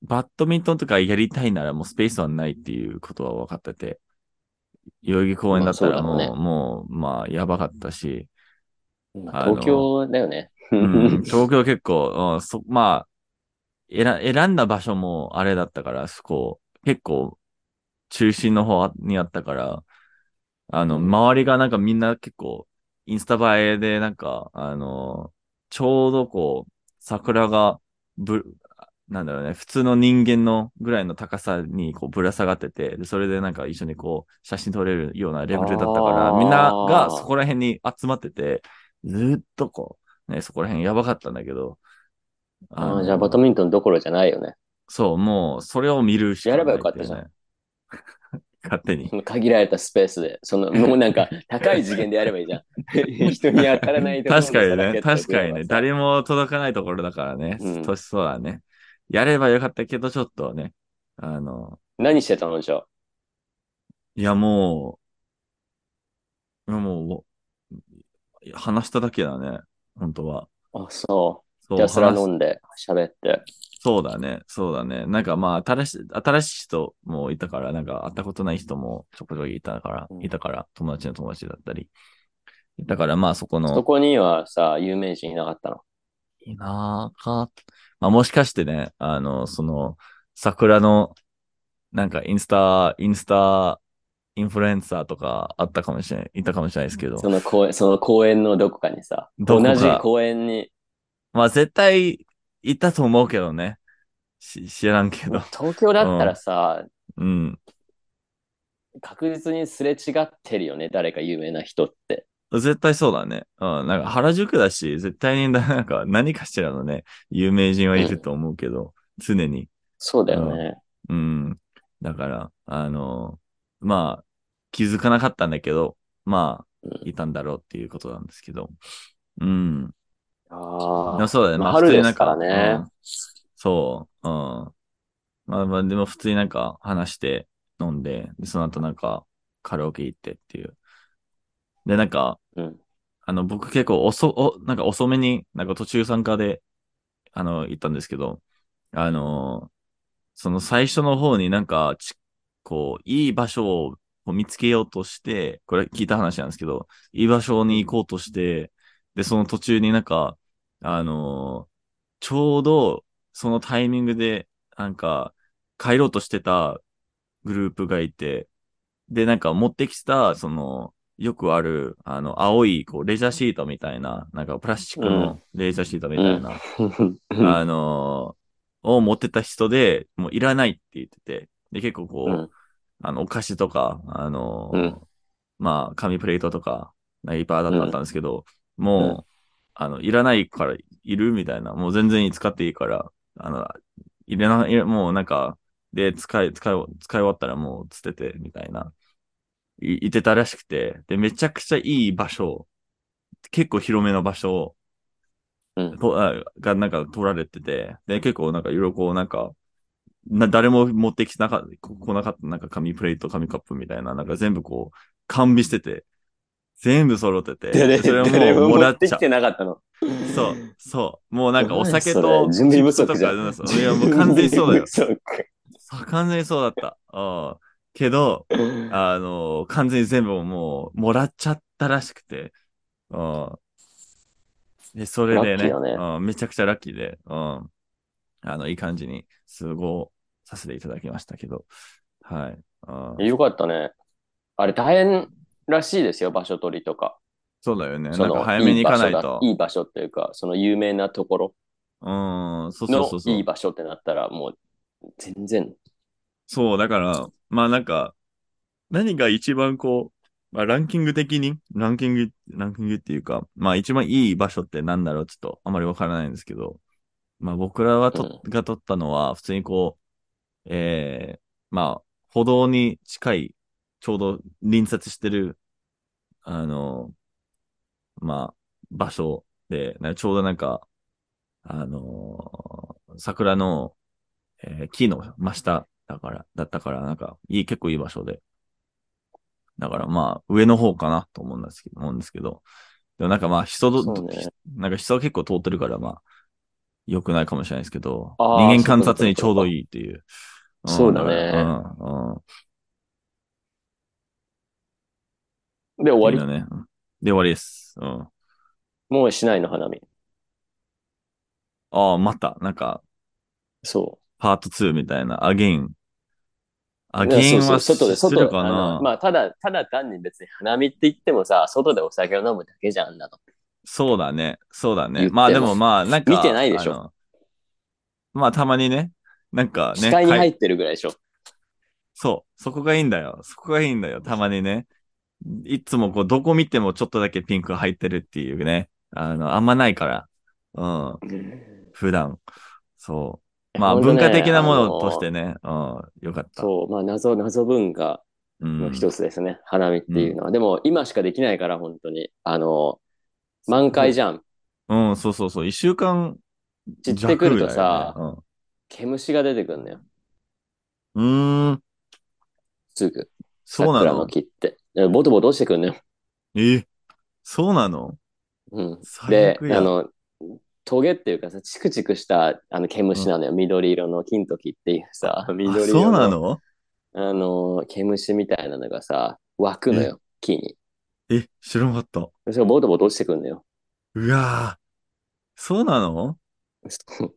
Speaker 1: バドミントンとかやりたいならもうスペースはないっていうことは分かってて、代々木公園だったらもう、
Speaker 2: まあそうだろう
Speaker 1: もう、まあ、やばかったし、
Speaker 2: まあ
Speaker 1: あの
Speaker 2: 東京だよね。
Speaker 1: うん、東京結構、うん、そ、まあ、選、選んだ場所もあれだったから、そこ、結構、中心の方にあったから、あの、周りがなんかみんな結構、インスタ映えで、なんか、あの、ちょうどこう、桜が、ぶ、なんだろうね、普通の人間のぐらいの高さにこうぶら下がってて、でそれでなんか一緒にこう、写真撮れるようなレベルだったから、
Speaker 2: あー
Speaker 1: みんながそこら辺に集まってて、ずーっとこう、ね、そこら辺やばかったんだけど、あ
Speaker 2: あ
Speaker 1: の、
Speaker 2: あ、じゃあバドミントンどころじゃないよね。そう
Speaker 1: もう、それを見るし
Speaker 2: やればよかったじゃ
Speaker 1: ん。 勝手に。
Speaker 2: その限られたスペースで、その、もうな んか、高い次元でやればいいじゃん。人に当たらないところ
Speaker 1: 確かに
Speaker 2: のラケ
Speaker 1: ね、
Speaker 2: ットを
Speaker 1: 確かにね、誰も届かないところだからね、
Speaker 2: うん
Speaker 1: 年そうだね。やればよかったけど、ちょっとね、あの、
Speaker 2: 何してたのじゃあ。
Speaker 1: いやもう、いやもう、話しただけだね、本当は。
Speaker 2: あ、そ。
Speaker 1: そうう
Speaker 2: ひたすら
Speaker 1: 話
Speaker 2: 飲んで、喋って。
Speaker 1: そうだね、そうだね。なんかまあ、新しい、新しい人もいたから、なんか会ったことない人もちょこちょこいたから、
Speaker 2: うん
Speaker 1: いたから、友達の友達だったり。だからまあ、そこの、
Speaker 2: そこにはさ、有名人いなかったの。
Speaker 1: いなあか。まあ、もしかしてね、あの、その、桜の、なんかインスタ、インスタ、インフルエンサーとかあったかもしれない、いたかもしれないですけど。
Speaker 2: その公園、その公園のどこかにさ、
Speaker 1: ど
Speaker 2: 同
Speaker 1: こか
Speaker 2: じ公園に、
Speaker 1: まあ、絶対、いたと思うけどね。し知らんけど。
Speaker 2: 東京だったらさ、
Speaker 1: うん。
Speaker 2: 確実にすれ違ってるよね、誰か有名な人って。
Speaker 1: 絶対そうだね。うん。なんか原宿だし、絶対にななんか何かしらのね、有名人はいると思うけど、常に。
Speaker 2: そうだよね。
Speaker 1: うん。だから、あの、まあ、気づかなかったんだけど、まあ、
Speaker 2: う
Speaker 1: いたんだろうっていうことなんですけど。うん。
Speaker 2: あ
Speaker 1: でも
Speaker 2: あ。
Speaker 1: そうだね。
Speaker 2: まあ
Speaker 1: 普通に
Speaker 2: 春ですからね
Speaker 1: うんそう。うん。まあまあ、でも普通になんか話して飲んで、でその後なんかカラオケ行ってっていう。で、なんか、
Speaker 2: うん。
Speaker 1: あの、僕結構遅、お、なんか遅めに、なんか途中参加で、あの、行ったんですけど、あのーその最初の方になんか、ち、こう、いい場所をこう見つけようとして、これ聞いた話なんですけど、いい場所に行こうとして、で、その途中になんか、あのーちょうど、そのタイミングで、なんか、帰ろうとしてたグループがいて、で、なんか持ってきた、その、よくある、あの、青い、こう、レジャーシートみたいな、なんかプラスチックのレジャーシートみたいな、 あのーを持ってた人で、もういらないって言ってて、で、結構こう、
Speaker 2: うん
Speaker 1: あの、お菓子とか、あのー
Speaker 2: うん
Speaker 1: まあ、紙プレートとか、なんかいっぱいあったんですけど、もう、あの、いらないからいるみたいな、もう全然使っていいから、あの、いらないいら、もうなんか、で、使い、使い、使い終わったらもう捨てて、みたいな。い、いてたらしくて、で、めちゃくちゃいい場所、結構広めの場所を、
Speaker 2: うん
Speaker 1: とあがなんか取られてて、で、結構なんかいろいろこうなんか、な誰も持ってきてなかった、こ来なかったなんか紙プレート、紙カップみたいな、なんか全部こう、完備してて、全部揃ってて、
Speaker 2: 誰
Speaker 1: でそれは
Speaker 2: 誰
Speaker 1: もうも
Speaker 2: 持
Speaker 1: ら
Speaker 2: っ
Speaker 1: ってちゃ
Speaker 2: きてなかったの。
Speaker 1: う。そう、そう。もうなんかお酒
Speaker 2: そ
Speaker 1: と、
Speaker 2: れ準備不足
Speaker 1: チ
Speaker 2: じゃ
Speaker 1: ッ
Speaker 2: ん。。
Speaker 1: プとかそういや、もう完全にそうだよ
Speaker 2: 準備不足
Speaker 1: そう完全にそうだった。うん。けど、あの、完全に全部もう、もらっちゃったらしくて、うん。で、それで
Speaker 2: ラッキ
Speaker 1: ね、
Speaker 2: ーよね
Speaker 1: うん、めちゃくちゃラッキーで、うん。あの、いい感じに過ごさせていただきましたけど、はい。うん、
Speaker 2: よかったね。あれ大変らしいですよ、場所取りとか。
Speaker 1: そうだよね。
Speaker 2: そ
Speaker 1: なん
Speaker 2: の
Speaker 1: か早めに行かない
Speaker 2: いい場所
Speaker 1: と
Speaker 2: だ。いい場所っていうか、その有名なところ
Speaker 1: うん、そうそう
Speaker 2: の
Speaker 1: そうそう。
Speaker 2: いい場所ってなったら、もう全然。
Speaker 1: そう、だから、まあなんか、何が一番こう、まあランキング的に、ランキング、ランキングっていうか、まあ一番いい場所ってなんだろうちょっとあまりわからないんですけど、まあ僕らはと、が取ったのは、普通にこう、ええまあ、歩道に近い、ちょうど隣接してる、あの、まあ、場所で、なちょうどなんか、あの桜の、えー木の真下だから、だったから、なんか、いい、結構いい場所で。だからまあ、上の方かなと思うんですけど、思うんですけど。でもなんかまあ、人ど、
Speaker 2: そうね
Speaker 1: ひなんか人は結構通ってるから、まあ、良くないかもしれないですけど、
Speaker 2: あー
Speaker 1: 人間観察にちょうどいいっていう。ん
Speaker 2: そうだね
Speaker 1: からうん、うん。
Speaker 2: で、終
Speaker 1: い
Speaker 2: わ
Speaker 1: いんだね。うんで、終わりです。うん。あ
Speaker 2: り。もうしないの、花見。
Speaker 1: あ、また、なんか、
Speaker 2: そ
Speaker 1: パート2みたいな、アゲイン。ア
Speaker 2: う。
Speaker 1: ゲイン
Speaker 2: いや
Speaker 1: は
Speaker 2: そうそう外で、
Speaker 1: す
Speaker 2: 外
Speaker 1: る
Speaker 2: で。
Speaker 1: か
Speaker 2: あ
Speaker 1: な
Speaker 2: のまあ、ただ、ただ単に別に花見って言ってもさ、外でお酒を飲むだけじゃんあんなの。
Speaker 1: そうだね。そうだ
Speaker 2: 言
Speaker 1: ね。
Speaker 2: っても
Speaker 1: まあでもまあ、なんか。
Speaker 2: 見てないでしょ
Speaker 1: あの。まあたまにね、なんか
Speaker 2: 視
Speaker 1: ね、
Speaker 2: 界に
Speaker 1: は
Speaker 2: 入
Speaker 1: い
Speaker 2: ってるぐらいでしょ。
Speaker 1: そう、そこがいいんだよ。そこがいいんだよ。たまにね。いつもこう、どこ見てもちょっとだけピンク入ってるっていうね。あの、あんまないから。うん。普段。そう。まあ、
Speaker 2: ほんと
Speaker 1: 文
Speaker 2: ね
Speaker 1: 化的なもの
Speaker 2: あの
Speaker 1: としてね。うん。よかった。
Speaker 2: そう、まあ謎、謎文化
Speaker 1: うん。
Speaker 2: の一つですね、花見っていうのは。でも今しかできないから、本当に。あの、満開じゃん。
Speaker 1: うん、そうそうそう。一週間
Speaker 2: 散ってくる
Speaker 1: 弱
Speaker 2: と
Speaker 1: ぐらい
Speaker 2: さ
Speaker 1: だ、よね
Speaker 2: 毛虫が出てくるんだよ。
Speaker 1: うん。うーん。
Speaker 2: すぐ。
Speaker 1: そうな
Speaker 2: 桜の
Speaker 1: の
Speaker 2: 木って。うんボトボト落ちてくるんだよ。
Speaker 1: えそうなの
Speaker 2: うん。
Speaker 1: 最
Speaker 2: で、
Speaker 1: 悪や
Speaker 2: あの、トゲっていうかさ、チクチクしたあの毛虫なのよ。緑色の金時っていうさ、
Speaker 1: あ
Speaker 2: 緑
Speaker 1: そ
Speaker 2: 色
Speaker 1: うな
Speaker 2: の
Speaker 1: の
Speaker 2: あの毛虫みたいなのがさ、湧くのよ、木に。
Speaker 1: え、知らなかった。
Speaker 2: それがボトボト落ちてくるのよ。
Speaker 1: うわーそうなの
Speaker 2: そう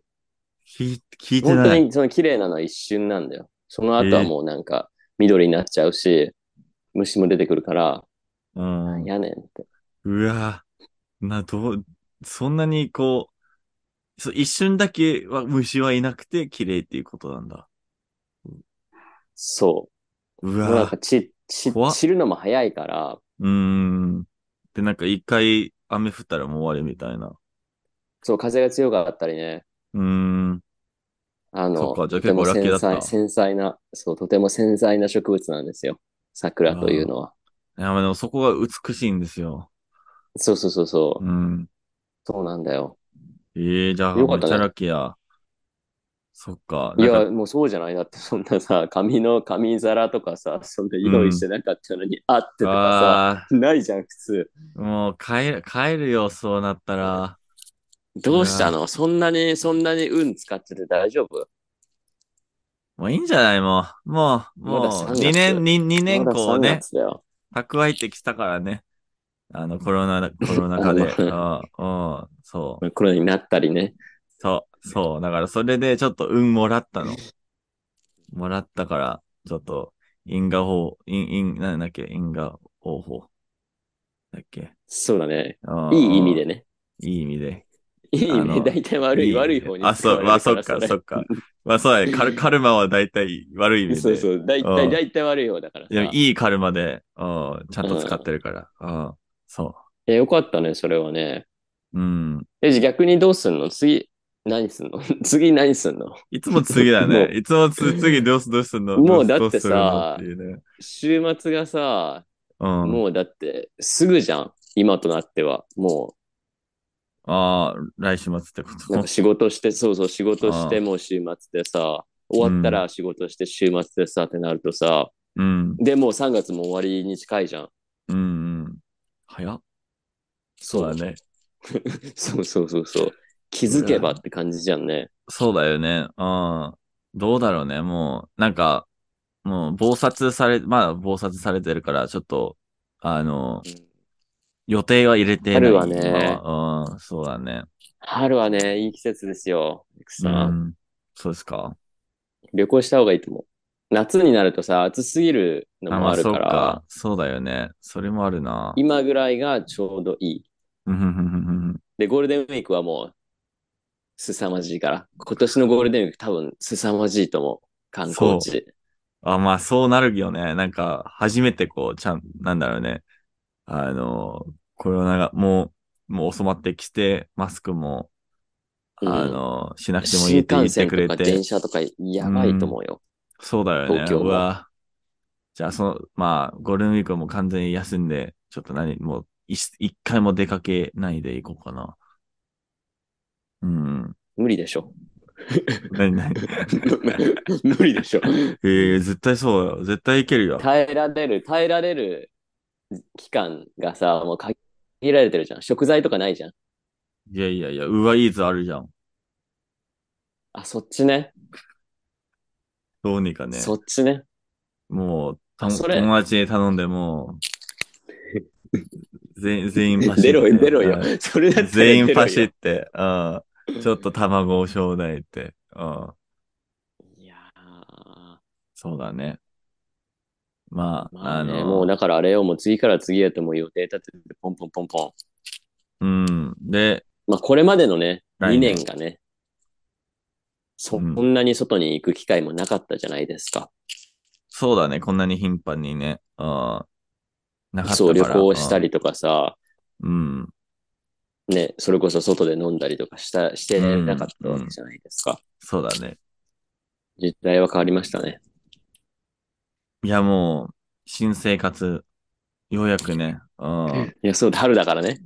Speaker 1: 聞い聞いて
Speaker 2: 本当
Speaker 1: ない。
Speaker 2: にその綺麗なのは一瞬なんだよ。その後はもうなんか緑になっちゃうし、虫も出てくるから、
Speaker 1: うん
Speaker 2: なん。やねんって。
Speaker 1: うわぁ、な、どう、そんなにこう、そう一瞬だけは虫はいなくて綺麗っていうことなんだ。
Speaker 2: そうう。もうなん
Speaker 1: わ
Speaker 2: か
Speaker 1: ぁ、
Speaker 2: ち、ち
Speaker 1: 怖っ、
Speaker 2: 散るのも早いから、
Speaker 1: うーん。で、なんか一回雨降ったらもう終わりみたいな。
Speaker 2: そう、風が強かったりね、
Speaker 1: うーん。
Speaker 2: あ
Speaker 1: そ
Speaker 2: の、
Speaker 1: っかじゃあ
Speaker 2: とても
Speaker 1: 結構ラッキーだ
Speaker 2: 繊
Speaker 1: った
Speaker 2: 細、繊細な、そう、とても繊細な植物なんですよ。桜というのは。
Speaker 1: いや、まあでもそこが美しいんですよ。
Speaker 2: そうそうそうそうう。
Speaker 1: ん。
Speaker 2: そうなんだよ。
Speaker 1: ええじゃあ、め
Speaker 2: よ
Speaker 1: っ
Speaker 2: かったね
Speaker 1: ちゃラッキーや。そっか。
Speaker 2: い
Speaker 1: なん
Speaker 2: や、
Speaker 1: か、
Speaker 2: もうそうじゃない。だって、そんなさ、紙の紙皿とかさ、そんな用意してなかったのに、あってとか
Speaker 1: あ
Speaker 2: さ、ないじゃん、普通。
Speaker 1: ーもう帰る、帰るよ、そうなったら。
Speaker 2: どうしたのそんなに、そんなに運使ってて大丈夫
Speaker 1: もういいんじゃないもう、もう、も
Speaker 2: まだ3
Speaker 1: う、
Speaker 2: 月
Speaker 1: 2年、2, 二年
Speaker 2: まだ
Speaker 1: こう
Speaker 2: 3
Speaker 1: ね、
Speaker 2: 月だよ。
Speaker 1: 蓄えてきたからね。あの、コロナ、コロナ禍 で。あうん、そう、
Speaker 2: コロナになったりね。
Speaker 1: そう、そう。だからそれでちょっと運もらったの。もらったから、ちょっと、因果法、因、因、なんだっけ、因果応報。だっけ。
Speaker 2: そうだね。
Speaker 1: うん
Speaker 2: いい意味で。ね。
Speaker 1: いい意味で。
Speaker 2: いい意
Speaker 1: あ
Speaker 2: 味
Speaker 1: の
Speaker 2: で、大体悪い、
Speaker 1: 意味で
Speaker 2: 悪い方に
Speaker 1: あ、そう、まあ、そっか、そっか。まあ、そうだね。 カルカルマは大体悪い意味で。
Speaker 2: そうそう、大
Speaker 1: う
Speaker 2: 体、
Speaker 1: ん
Speaker 2: 大体悪い方だからさ。
Speaker 1: いや、いいカルマで、うん、ちゃんと使ってるから。うん、そ
Speaker 2: え、よかったね、それはね。
Speaker 1: う。うん。
Speaker 2: え、じゃあ逆にどうすんの次、何すんの 次何すんの
Speaker 1: いつも次だ
Speaker 2: も
Speaker 1: ね
Speaker 2: う。
Speaker 1: いつもつ次どうすどうすんの
Speaker 2: もう
Speaker 1: ど
Speaker 2: だって
Speaker 1: すどうするの
Speaker 2: さ
Speaker 1: っていうね。
Speaker 2: 週末がさ、
Speaker 1: うん。
Speaker 2: もうだって、すぐじゃん。今となっては。も
Speaker 1: ああ、来週末ってこ
Speaker 2: う、な
Speaker 1: と
Speaker 2: んか仕事して、そうそう、仕事し
Speaker 1: あ
Speaker 2: て、もう週末でさ、終わったら仕事して、週末でさ、ってなるとさ、
Speaker 1: うん。
Speaker 2: で、もう3月も終わりに近いじゃん。
Speaker 1: うん。うん。早っ。そうだね。
Speaker 2: そうそうそうそう。気づけばって感じじゃんね。
Speaker 1: そうだよね。うん。どうだろうね。もう、なんか、もう、暴殺され、まあ、暴殺されてるから、ちょっと、あの、予定は入れてない。
Speaker 2: 春はね
Speaker 1: 今はうん、そうだね。
Speaker 2: 春はね、いい季節ですよ。エク
Speaker 1: う
Speaker 2: さん、
Speaker 1: ん。そうですか。
Speaker 2: 旅行した方がいいと思う。夏になるとさ、暑すぎるの
Speaker 1: あ、
Speaker 2: も
Speaker 1: ま
Speaker 2: あ
Speaker 1: あ、
Speaker 2: るか
Speaker 1: そう
Speaker 2: ら、
Speaker 1: か。そうだよね。それもあるな。
Speaker 2: 今ぐらいがちょうどいい。
Speaker 1: うんうんうんうんうん
Speaker 2: で、ゴールデンウィークはもう、凄まじいから。今年のゴールデンウィーク多分、凄まじいと思う。観光地。
Speaker 1: あ、まあ、そうなるよね。なんか、初めてこう、ちゃん、なんだろうね。あの、コロナが、もう、もう収まってきて、マスクも、
Speaker 2: うん
Speaker 1: あの、しなくてもいい
Speaker 2: 新
Speaker 1: って言
Speaker 2: 幹
Speaker 1: って
Speaker 2: 線
Speaker 1: く
Speaker 2: と
Speaker 1: れ
Speaker 2: か
Speaker 1: て
Speaker 2: 電。車とかやばいと思うよ。
Speaker 1: そうだよね。
Speaker 2: 東京も
Speaker 1: うわ。じゃあ、その、まあ、ゴールデンウィークはもう完全に休んで、ちょっと何、もう、一一回も出かけないでいこうかな。うん。
Speaker 2: 無理でし ょ。
Speaker 1: 何何
Speaker 2: 無理でしょ。
Speaker 1: ええ絶対そうよ。絶対いけるよ。
Speaker 2: 耐えられる、耐えられる期間がさ、もう限られてるじゃん。食材とかないじゃん。
Speaker 1: いやいやいや、ウーバーイーツあるじゃん。
Speaker 2: あ、そっちね。
Speaker 1: どうにかね。
Speaker 2: そっちね。
Speaker 1: もう、た
Speaker 2: それ
Speaker 1: 友達に頼んで もう、全全員パシって。
Speaker 2: 出ろよ、出ろよ
Speaker 1: はい。
Speaker 2: それだったら
Speaker 1: 全員
Speaker 2: 出ろ
Speaker 1: パ
Speaker 2: よ
Speaker 1: シって、うん。ちょっと卵をちょうだいって。うん。
Speaker 2: いやー
Speaker 1: そうだね。まあ、
Speaker 2: まあ、ね、
Speaker 1: あの、
Speaker 2: もうだからあれをもう次から次へともう予定立ててポンポンポンポン。
Speaker 1: うん。で、
Speaker 2: まあこれまでのね、
Speaker 1: 来
Speaker 2: 2
Speaker 1: 年
Speaker 2: 年がね、そ
Speaker 1: うん
Speaker 2: んなに外に行く機会もなかったじゃないですか。
Speaker 1: そうだね。こんなに頻繁にね。うん。なかったから。
Speaker 2: そう、旅行したりとかさ、
Speaker 1: うん。うん。
Speaker 2: ね、それこそ外で飲んだりとかした、してなかったわけじゃないですか。
Speaker 1: そうだね。
Speaker 2: 時代は変わりましたね。
Speaker 1: いや、もう、新生活、ようやくね。うん。
Speaker 2: いや、そう、春だからね。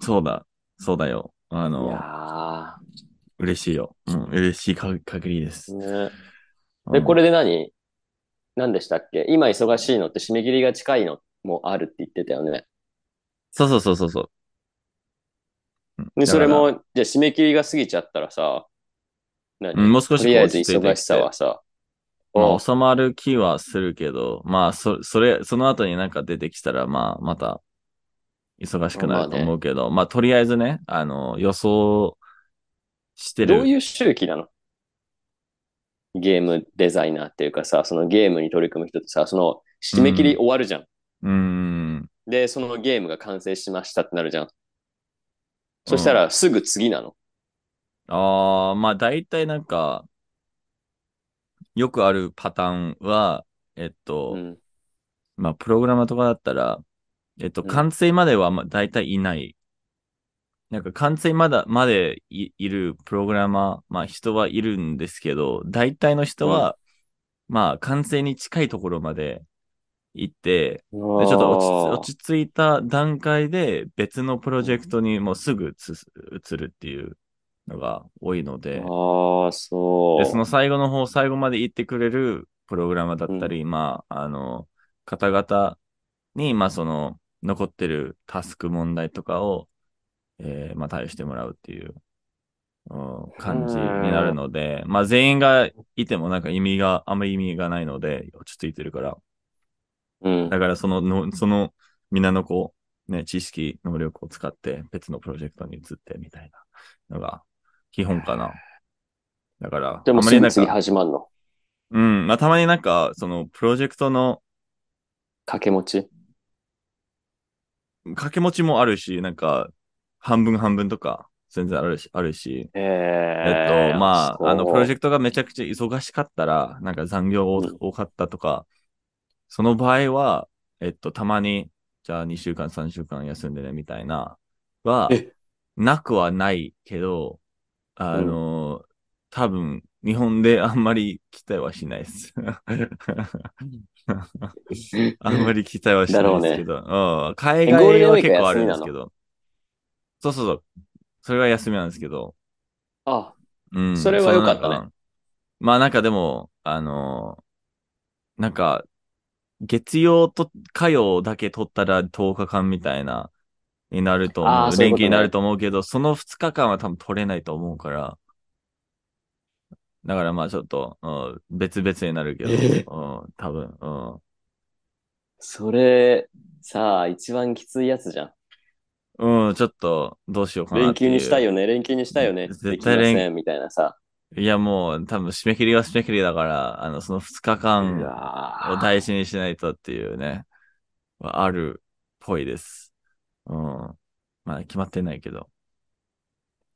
Speaker 1: そうだ。そうだよ。あ
Speaker 2: い
Speaker 1: の、
Speaker 2: や
Speaker 1: 嬉しいよ。うん。嬉しい限りです。
Speaker 2: ーね。
Speaker 1: う
Speaker 2: で、
Speaker 1: ん
Speaker 2: これで何何でしたっけ今忙しいのって締め切りが近いのもあるって言ってたよね。
Speaker 1: そうそうそうそうそう。うん
Speaker 2: で、それ、
Speaker 1: だか
Speaker 2: も、じゃあ締め切りが過ぎちゃったらさ、何
Speaker 1: らうん、もう少し
Speaker 2: とりあえず
Speaker 1: こう落ち着いて
Speaker 2: 忙しさはさ、
Speaker 1: ま
Speaker 2: お
Speaker 1: あ、収まる気はするけど、まあ、そ、それ、その後になんか出てきたら、まあ、また、忙しくなると思うけど、まあ、とりあえずね、あの、予想してる。
Speaker 2: どういう周期なのゲームデザイナーっていうかさ、そのゲームに取り組む人ってさ、その締め切り終わるじゃん。
Speaker 1: うーん。
Speaker 2: で、そのゲームが完成しましたってなるじゃん。そしたらすぐ次なの。
Speaker 1: ああ、まあ、大体なんか、よくあるパターンは、えっと、
Speaker 2: うん。
Speaker 1: まあ、プログラマーとかだったら、えっと、
Speaker 2: うん
Speaker 1: 完成まではまあ大体いない。なんか完成まだ、までいいるプログラマー、まあ人はいるんですけど、大体の人は、まあ完成に近いところまで行って、
Speaker 2: ち
Speaker 1: で
Speaker 2: ょ
Speaker 1: ちょっと落ち着落ち着いた段階で別のプロジェクトにもうすぐつ移るっていうのが多いので、
Speaker 2: ああ、そ
Speaker 1: で、
Speaker 2: う。
Speaker 1: その最後の方、最後まで言ってくれるプログラマーだったり、まあ、あの、方々に、まあ、その、残ってるタスク問題とかを、えーまあ、対応してもらうっていう、うん感じになるので、まあ、全員がいてもなんか意味が、あんまり意味がないので、落ち着いてるから。
Speaker 2: うん
Speaker 1: だから、そのの、その、皆のこう、ね、知識、能力を使って別のプロジェクトに移ってみたいなのが基本かな。だから、
Speaker 2: でも
Speaker 1: あますり
Speaker 2: ぐ
Speaker 1: なんか
Speaker 2: 次始まるの。
Speaker 1: うん。まあ、たまになんか、その、プロジェクトの
Speaker 2: 掛け持ち。
Speaker 1: 掛け持ちもあるし、なんか、半分半分とか、全然あるし、あるし。
Speaker 2: え
Speaker 1: えっと、まあ、あの、プロジェ
Speaker 2: ク
Speaker 1: クトがめちゃくちゃ忙しかったら、なんか残業多
Speaker 2: うん
Speaker 1: 多かったとか、その場合は、えっと、たまに、じゃあ2週間、3週間休んでね、みたいな、は
Speaker 2: え、
Speaker 1: なくはないけど、あの、多分、日本であんまり期待はしないです。あんまり期待はしないですけど、うん、海
Speaker 2: えゴー
Speaker 1: 外
Speaker 2: ルデンウ
Speaker 1: は
Speaker 2: ィーク
Speaker 1: 結構あ
Speaker 2: は休
Speaker 1: る
Speaker 2: み
Speaker 1: んで
Speaker 2: なの
Speaker 1: すけど、そうそうそう、それは休みなんですけど、
Speaker 2: あ、
Speaker 1: うん、
Speaker 2: それは良かったね
Speaker 1: そのなん。まあなんかでも、あのーなんか、月曜と火曜だけ取ったら10日間みたいな、になると思
Speaker 2: あー
Speaker 1: う。
Speaker 2: そう
Speaker 1: 連
Speaker 2: いうことね
Speaker 1: 休になると思うけど、その2日間は多分取れないと思うから。だからまあちょっと、うん、別々になるけど、
Speaker 2: え
Speaker 1: うん、多分、うん。
Speaker 2: それ、さあ、一番きついやつじゃん。
Speaker 1: うん、ちょっと、どうしようかな
Speaker 2: 連
Speaker 1: っていう。
Speaker 2: 休にしたいよね、連休にしたいよね。
Speaker 1: 絶
Speaker 2: でき
Speaker 1: 対
Speaker 2: ま
Speaker 1: 連
Speaker 2: せん、みたいなさ。
Speaker 1: いや、もう、多分、締め切りは締め切りだから、あの、その2日
Speaker 2: う
Speaker 1: 間
Speaker 2: わ
Speaker 1: を
Speaker 2: ー
Speaker 1: 大事にしないとっていうね、はあるっぽいです。うん。まあ、決まってないけど。っ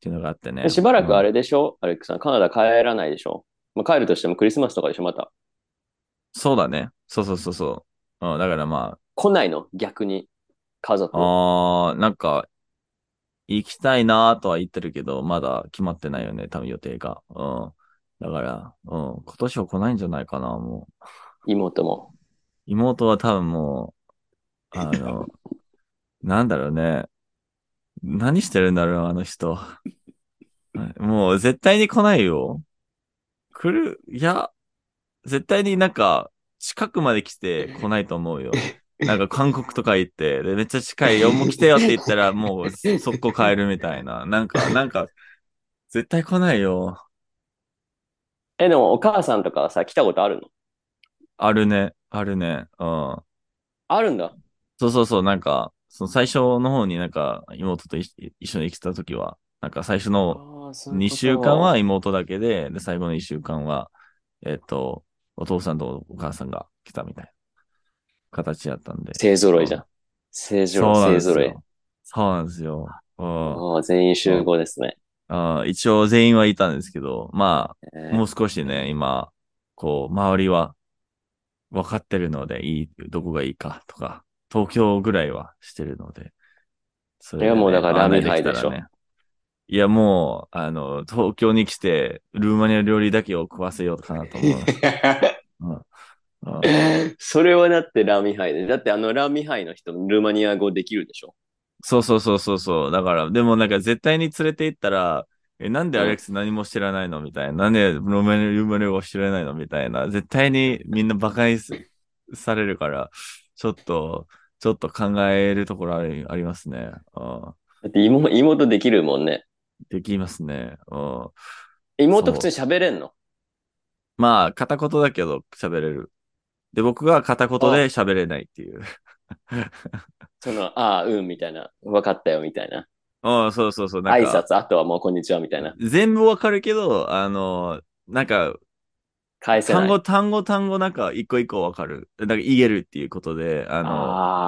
Speaker 1: ていうのがあってね。
Speaker 2: でしばらくあ
Speaker 1: れ、
Speaker 2: れでしょ、アレックさん。カナダ帰らないでしょ、まあ、帰るとしてもクリスマスとかでしょまた。
Speaker 1: そうだね。そうそうそうそう。うん、だからま
Speaker 2: 来ないの逆に。家族。
Speaker 1: あ、あー、なんか、行きたいなとは言ってるけど、まだ決まってないよね、多分予定が。うん。だから、うん、今年は来ないんじゃないかな、もう。
Speaker 2: 妹も。
Speaker 1: 妹は多分もう、あの、なんだろうね。何してるんだろう、あの人。もう絶対に来ないよ。来る、いや、絶対になんか、近くまで来て来ないと思うよ。なんか韓国とか行って、で、めっちゃ近いよ、もう来てよって言ったら、もう速攻帰るみたいな。なんか、なんか、絶対来ないよ。
Speaker 2: え、でもお母さんとかはさ、来たことあるの
Speaker 1: あるね、あるね。うん。
Speaker 2: あるんだ。
Speaker 1: そうそうそう、なんか、その最初の方になんか妹とい一緒に来た時は、なんか最初の2
Speaker 2: 2
Speaker 1: 週間は、妹だけで、で、最後の1週間は、えっと、お父さんとお母さんが来たみたいな形やったんで。
Speaker 2: 勢揃いじゃん。勢
Speaker 1: そう
Speaker 2: 揃、
Speaker 1: ないん
Speaker 2: 勢
Speaker 1: です
Speaker 2: 揃い。
Speaker 1: よ。そうなんですよ。うん
Speaker 2: ああ全員集合ですね。
Speaker 1: あー一応全員はいたんですけど、ま
Speaker 2: え
Speaker 1: あ、
Speaker 2: ー
Speaker 1: もう少しね、今、こう、周りは分かってるので、いい、どこがいいかとか、東京ぐらいはしてるので、そ
Speaker 2: れはもうだから
Speaker 1: 案内
Speaker 2: ラミハイでしょ
Speaker 1: きたらねいや、もう、あの、東京に来て、ルーマニア料理だけを食わせようかなと 思う。うん
Speaker 2: それはだってラミハイで。だってあのラミハイの人、ルーマニア語できるでしょ。
Speaker 1: そうそうそうそうそう。だから、でもなんか絶対に連れて行ったら、え、なんで
Speaker 2: うん
Speaker 1: アレックス何も知らないのみたいな。なんでロメル・ルーマネを知らないのみたいな。絶対にみんな馬鹿にすされるから、ちょっと、ちょっと考えるところありありますね。うん
Speaker 2: だって妹妹できるもんね。
Speaker 1: できますね。うん
Speaker 2: 妹普通に喋れんの
Speaker 1: まあ、片言だけど喋れる。で、僕が片言で喋れないっていう。
Speaker 2: その、ああ、うん、みたいな。分かったよ、みたいな。
Speaker 1: うん、そうそうそう。なん
Speaker 2: 挨
Speaker 1: か
Speaker 2: 拶、あとはもうこんにちは、みたいな。
Speaker 1: 全部わかるけど、あの、なんか、
Speaker 2: 返せない。
Speaker 1: 単語、単語、単語、なんか、一個一個わかる。なんか、言えるっていうことで、あの、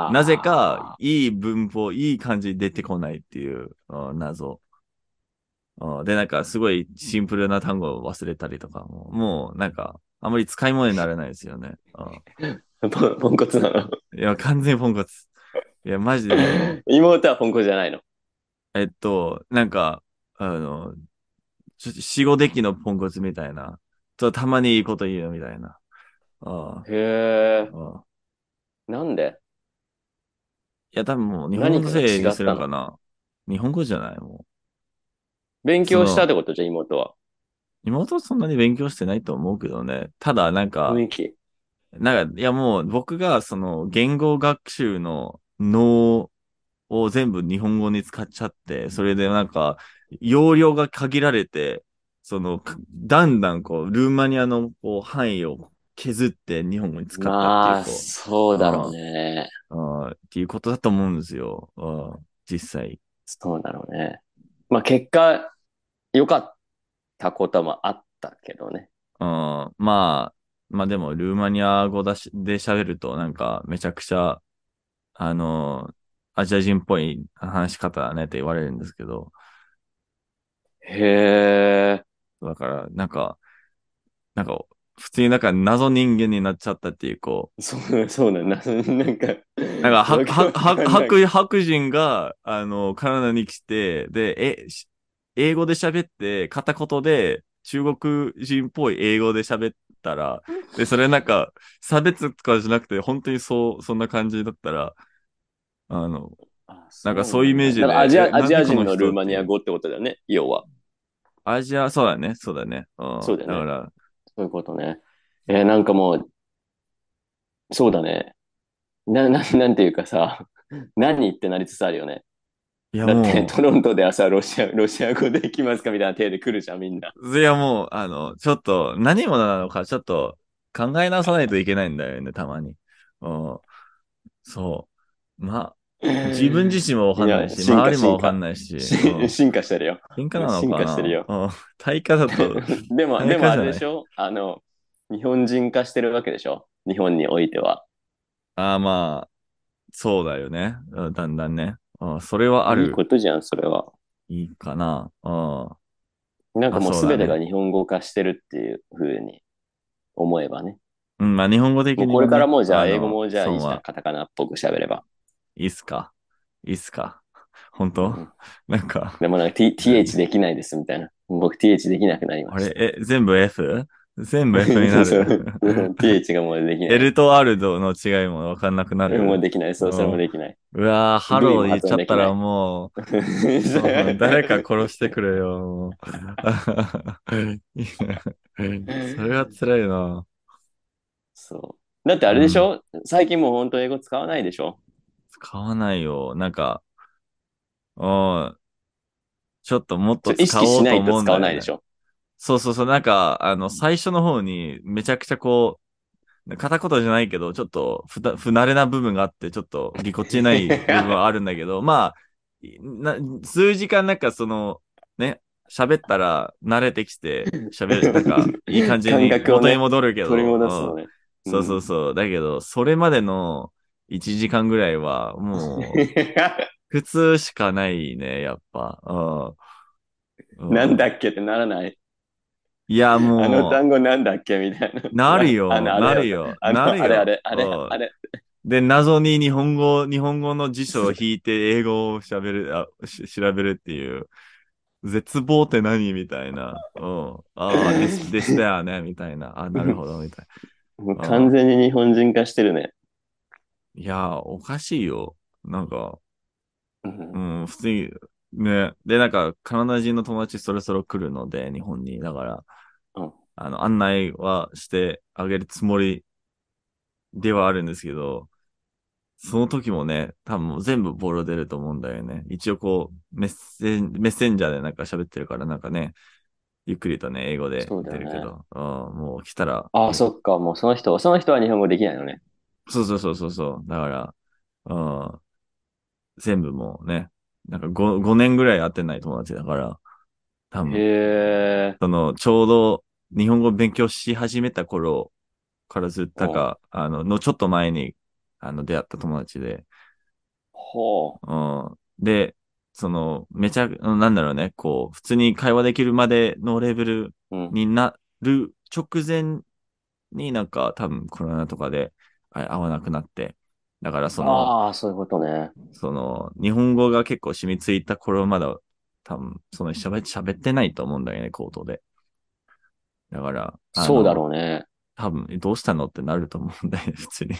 Speaker 2: あー
Speaker 1: なぜか、、いい文法、いい感じ出てこないっていう、うん謎。うんで、なんか、すごいシンプルな単語を忘れたりとかも、もう、なんか、あんまり使い物にならないですよね。
Speaker 2: ポンポンコツなの。
Speaker 1: うんいや、完全にポンコツ。いや、マジで、 ね、
Speaker 2: 妹はポンコツじゃないの。
Speaker 1: えっと、なんか、あの、ちょ四五デキのポンコツみたいな。ちょっとたまにいいこと言うよみたいな。あ
Speaker 2: へえ。
Speaker 1: あ、ああ。
Speaker 2: なんで
Speaker 1: いや、多分もう日本語
Speaker 2: 何かが違
Speaker 1: せ
Speaker 2: っ
Speaker 1: い
Speaker 2: たの
Speaker 1: にするのかな。日本語じゃないも
Speaker 2: 勉強したってことじゃん、妹は。
Speaker 1: う。妹はそんなに勉強してないと思うけどね。ただ、なんか
Speaker 2: 雰、囲気。
Speaker 1: なんか、いやもう僕がその言語学習の脳を全部日本語に使っちゃって、それでなんか、容量が限られて、その、かだんだんこう、ルーマニアのこう範囲を削って日本語に使ったっ
Speaker 2: まあ、
Speaker 1: ていう
Speaker 2: そうだろうね。
Speaker 1: こう、あーっていうことだと思うんですよ。あー実際。
Speaker 2: そうだろうね。まあ、結果、良かったこともあったけどね。
Speaker 1: うん、まあ、まあでも、ルーマニア語だし、で喋ると、なんか、めちゃくちゃ、あの、アジア人っぽい話し方だねって言われるんですけど、
Speaker 2: へえ。
Speaker 1: だから、なんか、なんか、普通になんか謎人間になっちゃったっていう、こ
Speaker 2: そう、 そうだな。 なんか、
Speaker 1: う、なんか、は、は、
Speaker 2: わかん
Speaker 1: は、
Speaker 2: ない
Speaker 1: 白、白人が、あの、カナダに来て、で、え、し英語で喋って、片言で、中国人っぽい英語で喋ったら、で、それなんか、差別とかじゃなくて、本当にそう、そんな感じだったら、あの、なんかそういうイメージで
Speaker 2: だからアジ
Speaker 1: え
Speaker 2: ア、アジア人
Speaker 1: なんでこの人
Speaker 2: のルーマニア語ってことだよね、要は。
Speaker 1: アジア、そうだね、そうだね。うん、
Speaker 2: そうだよね
Speaker 1: から、
Speaker 2: そういうことね。えーなんかもう、そうだね。な、な、 なんていうかさ、何ってなりつつあるよね。
Speaker 1: いや
Speaker 2: だ
Speaker 1: も
Speaker 2: って、
Speaker 1: う、
Speaker 2: トロントではさ、ロシア、ロシア語できますかみたいな手で来るじゃん、みんな。
Speaker 1: いやもう、あの、ちょっと、何者なのか、ちょっと、考え直さないといけないんだよね、たまに。うん、そう。まあ、自分自身もわかんない
Speaker 2: いや
Speaker 1: し、
Speaker 2: 進化
Speaker 1: 周りもわかんないし、うん
Speaker 2: し進化してるよ。
Speaker 1: 喧嘩なのかな
Speaker 2: 進化してるよ
Speaker 1: うん、対価だ と、
Speaker 2: でも、
Speaker 1: 早く
Speaker 2: でもあ
Speaker 1: じゃな
Speaker 2: れ
Speaker 1: い
Speaker 2: でしょあの、日本人化してるわけでしょ日本においては。
Speaker 1: ああまあ、そうだよね。うんだんだんね。うん、それはあ
Speaker 2: いい
Speaker 1: る。
Speaker 2: ことじゃん、それは。
Speaker 1: いいかな。うん。
Speaker 2: なんかもう
Speaker 1: あそうだね
Speaker 2: 全てが日本語化してるっていうふうに思えばね。
Speaker 1: うん、まあ日本語的
Speaker 2: も
Speaker 1: に
Speaker 2: う
Speaker 1: ね
Speaker 2: これからもうじゃあ
Speaker 1: の
Speaker 2: 英語もじゃあいいじ
Speaker 1: そう
Speaker 2: ゃん、
Speaker 1: は
Speaker 2: カタカナっぽく喋れば。
Speaker 1: いいっすかいいっすか本当、
Speaker 2: ん
Speaker 1: なんか、
Speaker 2: でもなんか T th できないですみたいな。僕 th できなくなりま
Speaker 1: あ
Speaker 2: した。
Speaker 1: れ、え、全部 F? 全部 F にな
Speaker 2: そう
Speaker 1: る。
Speaker 2: th がもうできない。
Speaker 1: L と R との違いもわかんなくなる。
Speaker 2: もうできない。そう、それもできない。
Speaker 1: うわぁ、ハロー
Speaker 2: V も
Speaker 1: 言っちゃったらもう、うん誰か殺してくれよ。もういやそれは辛いな
Speaker 2: そう。だってあれでしょ、最近もう本当英語使わないでしょ
Speaker 1: 使わないよ。なんか、うん。ちょっともっと
Speaker 2: 意
Speaker 1: 使
Speaker 2: 識
Speaker 1: お
Speaker 2: し
Speaker 1: う
Speaker 2: な
Speaker 1: と
Speaker 2: い
Speaker 1: 思
Speaker 2: と
Speaker 1: うん
Speaker 2: 使
Speaker 1: だよ
Speaker 2: わ
Speaker 1: ね
Speaker 2: ないでしょ
Speaker 1: そうそうそう、なんか、あの、最初の方に、めちゃくちゃこう、片言じゃないけど、ちょっと不た、不慣れな部分があって、ちょっと、ぎこちない部分はあるんだけ ど、まあ、いな、数時間なんかその、ね、喋ったら慣れてきて、喋る、なん か、いい感じに
Speaker 2: 感覚をね
Speaker 1: 元に戻るけど、
Speaker 2: 取り戻すのね。
Speaker 1: うんそうそうそう。だけど、それまでの1時間ぐらいは、 もう、普通しかないね、やっぱ。うん。
Speaker 2: なん
Speaker 1: だ
Speaker 2: だっけってならない。
Speaker 1: いや、もう。
Speaker 2: あの単語なんだっけみたいな。
Speaker 1: なるよ、
Speaker 2: あのあれ
Speaker 1: なるよ、
Speaker 2: あの
Speaker 1: なるよ。
Speaker 2: あれあれ、あれ
Speaker 1: うん、
Speaker 2: あれ。
Speaker 1: で、謎に日本語、日本語の辞書を引いて英語を喋る、あ、し調べるっていう、絶望って何みたいな。うん。ああ、です、でしたよね、みたいな。あ、なるほど、みたい
Speaker 2: もう完全に日本人化してるね。
Speaker 1: な。いやー、おかしいよ。なんか、
Speaker 2: うん
Speaker 1: うん、普通に、ね。で、なんか、カナダ人の友達そろそろ来るので、日本に。だから、
Speaker 2: うん
Speaker 1: あの、案内はしてあげるつもりではあるんですけど、その時もね、多分もう全部ボロ出ると思うんだよね。一応こう、メッセン、メッセンジャーでなんか喋ってるから、なんかね、ゆっくりとね、英語で
Speaker 2: そう
Speaker 1: 出
Speaker 2: だよね
Speaker 1: るけど、うんもう来たら、
Speaker 2: ああ、そっか、もうその人は、その人は日本語できないのね。
Speaker 1: そうそうそうそうそう。だから、うん、全部もうね、なんか 5, 5年ぐらい会ってない友達だから、多分、
Speaker 2: へえ。
Speaker 1: その、ちょうど日本語を勉強し始めた頃からずっとか、あの、のちょっと前に、あの、出会った友達で、
Speaker 2: ほ
Speaker 1: うん、で、その、めちゃ、なんだろうね、こう、普通に会話できるまでのレベル
Speaker 2: う。うん。
Speaker 1: になる直前になんか多分コロナとかであ会わなくなって、だからその、
Speaker 2: ああ、そういうことね。
Speaker 1: その、日本語が結構染みついた頃まだ、多分、その喋、喋ってないと思うんだよね、口頭で。だから、あの
Speaker 2: そうだろうね。
Speaker 1: 多分、えどうしたのってなると思うんだよね、普通 に。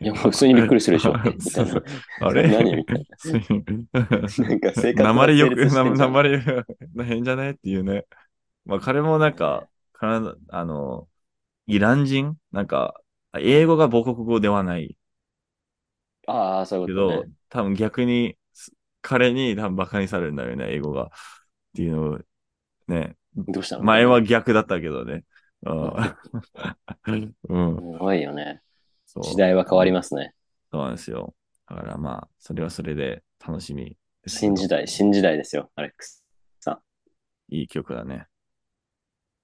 Speaker 2: いや、普通にびっくりするでしょ。み た
Speaker 1: そう
Speaker 2: いな。
Speaker 1: あれ
Speaker 2: 何みたい
Speaker 1: すいません
Speaker 2: な。なんか生活が
Speaker 1: 鉛よ
Speaker 2: 成
Speaker 1: く、
Speaker 2: 立してんじゃん
Speaker 1: 鉛よく、変じゃないっていうね。まあ、彼もなんか、カナダあの、イラン人なんか、英語が母国語ではない
Speaker 2: ああ、そうい
Speaker 1: け
Speaker 2: うこと
Speaker 1: ど、
Speaker 2: ね。
Speaker 1: 多分逆に、す彼に多分バカにされるんだよね、英語が。っていうのを、ね。
Speaker 2: どうしたの
Speaker 1: 前は逆だったけどね。うん。うん
Speaker 2: す。ごいよね。
Speaker 1: そう
Speaker 2: 時代は変わりますね。
Speaker 1: そうなんですよ。だからまあ、それはそれで楽しみですけど。
Speaker 2: 新時代、新時代ですよ、アレックス。
Speaker 1: いい曲だね。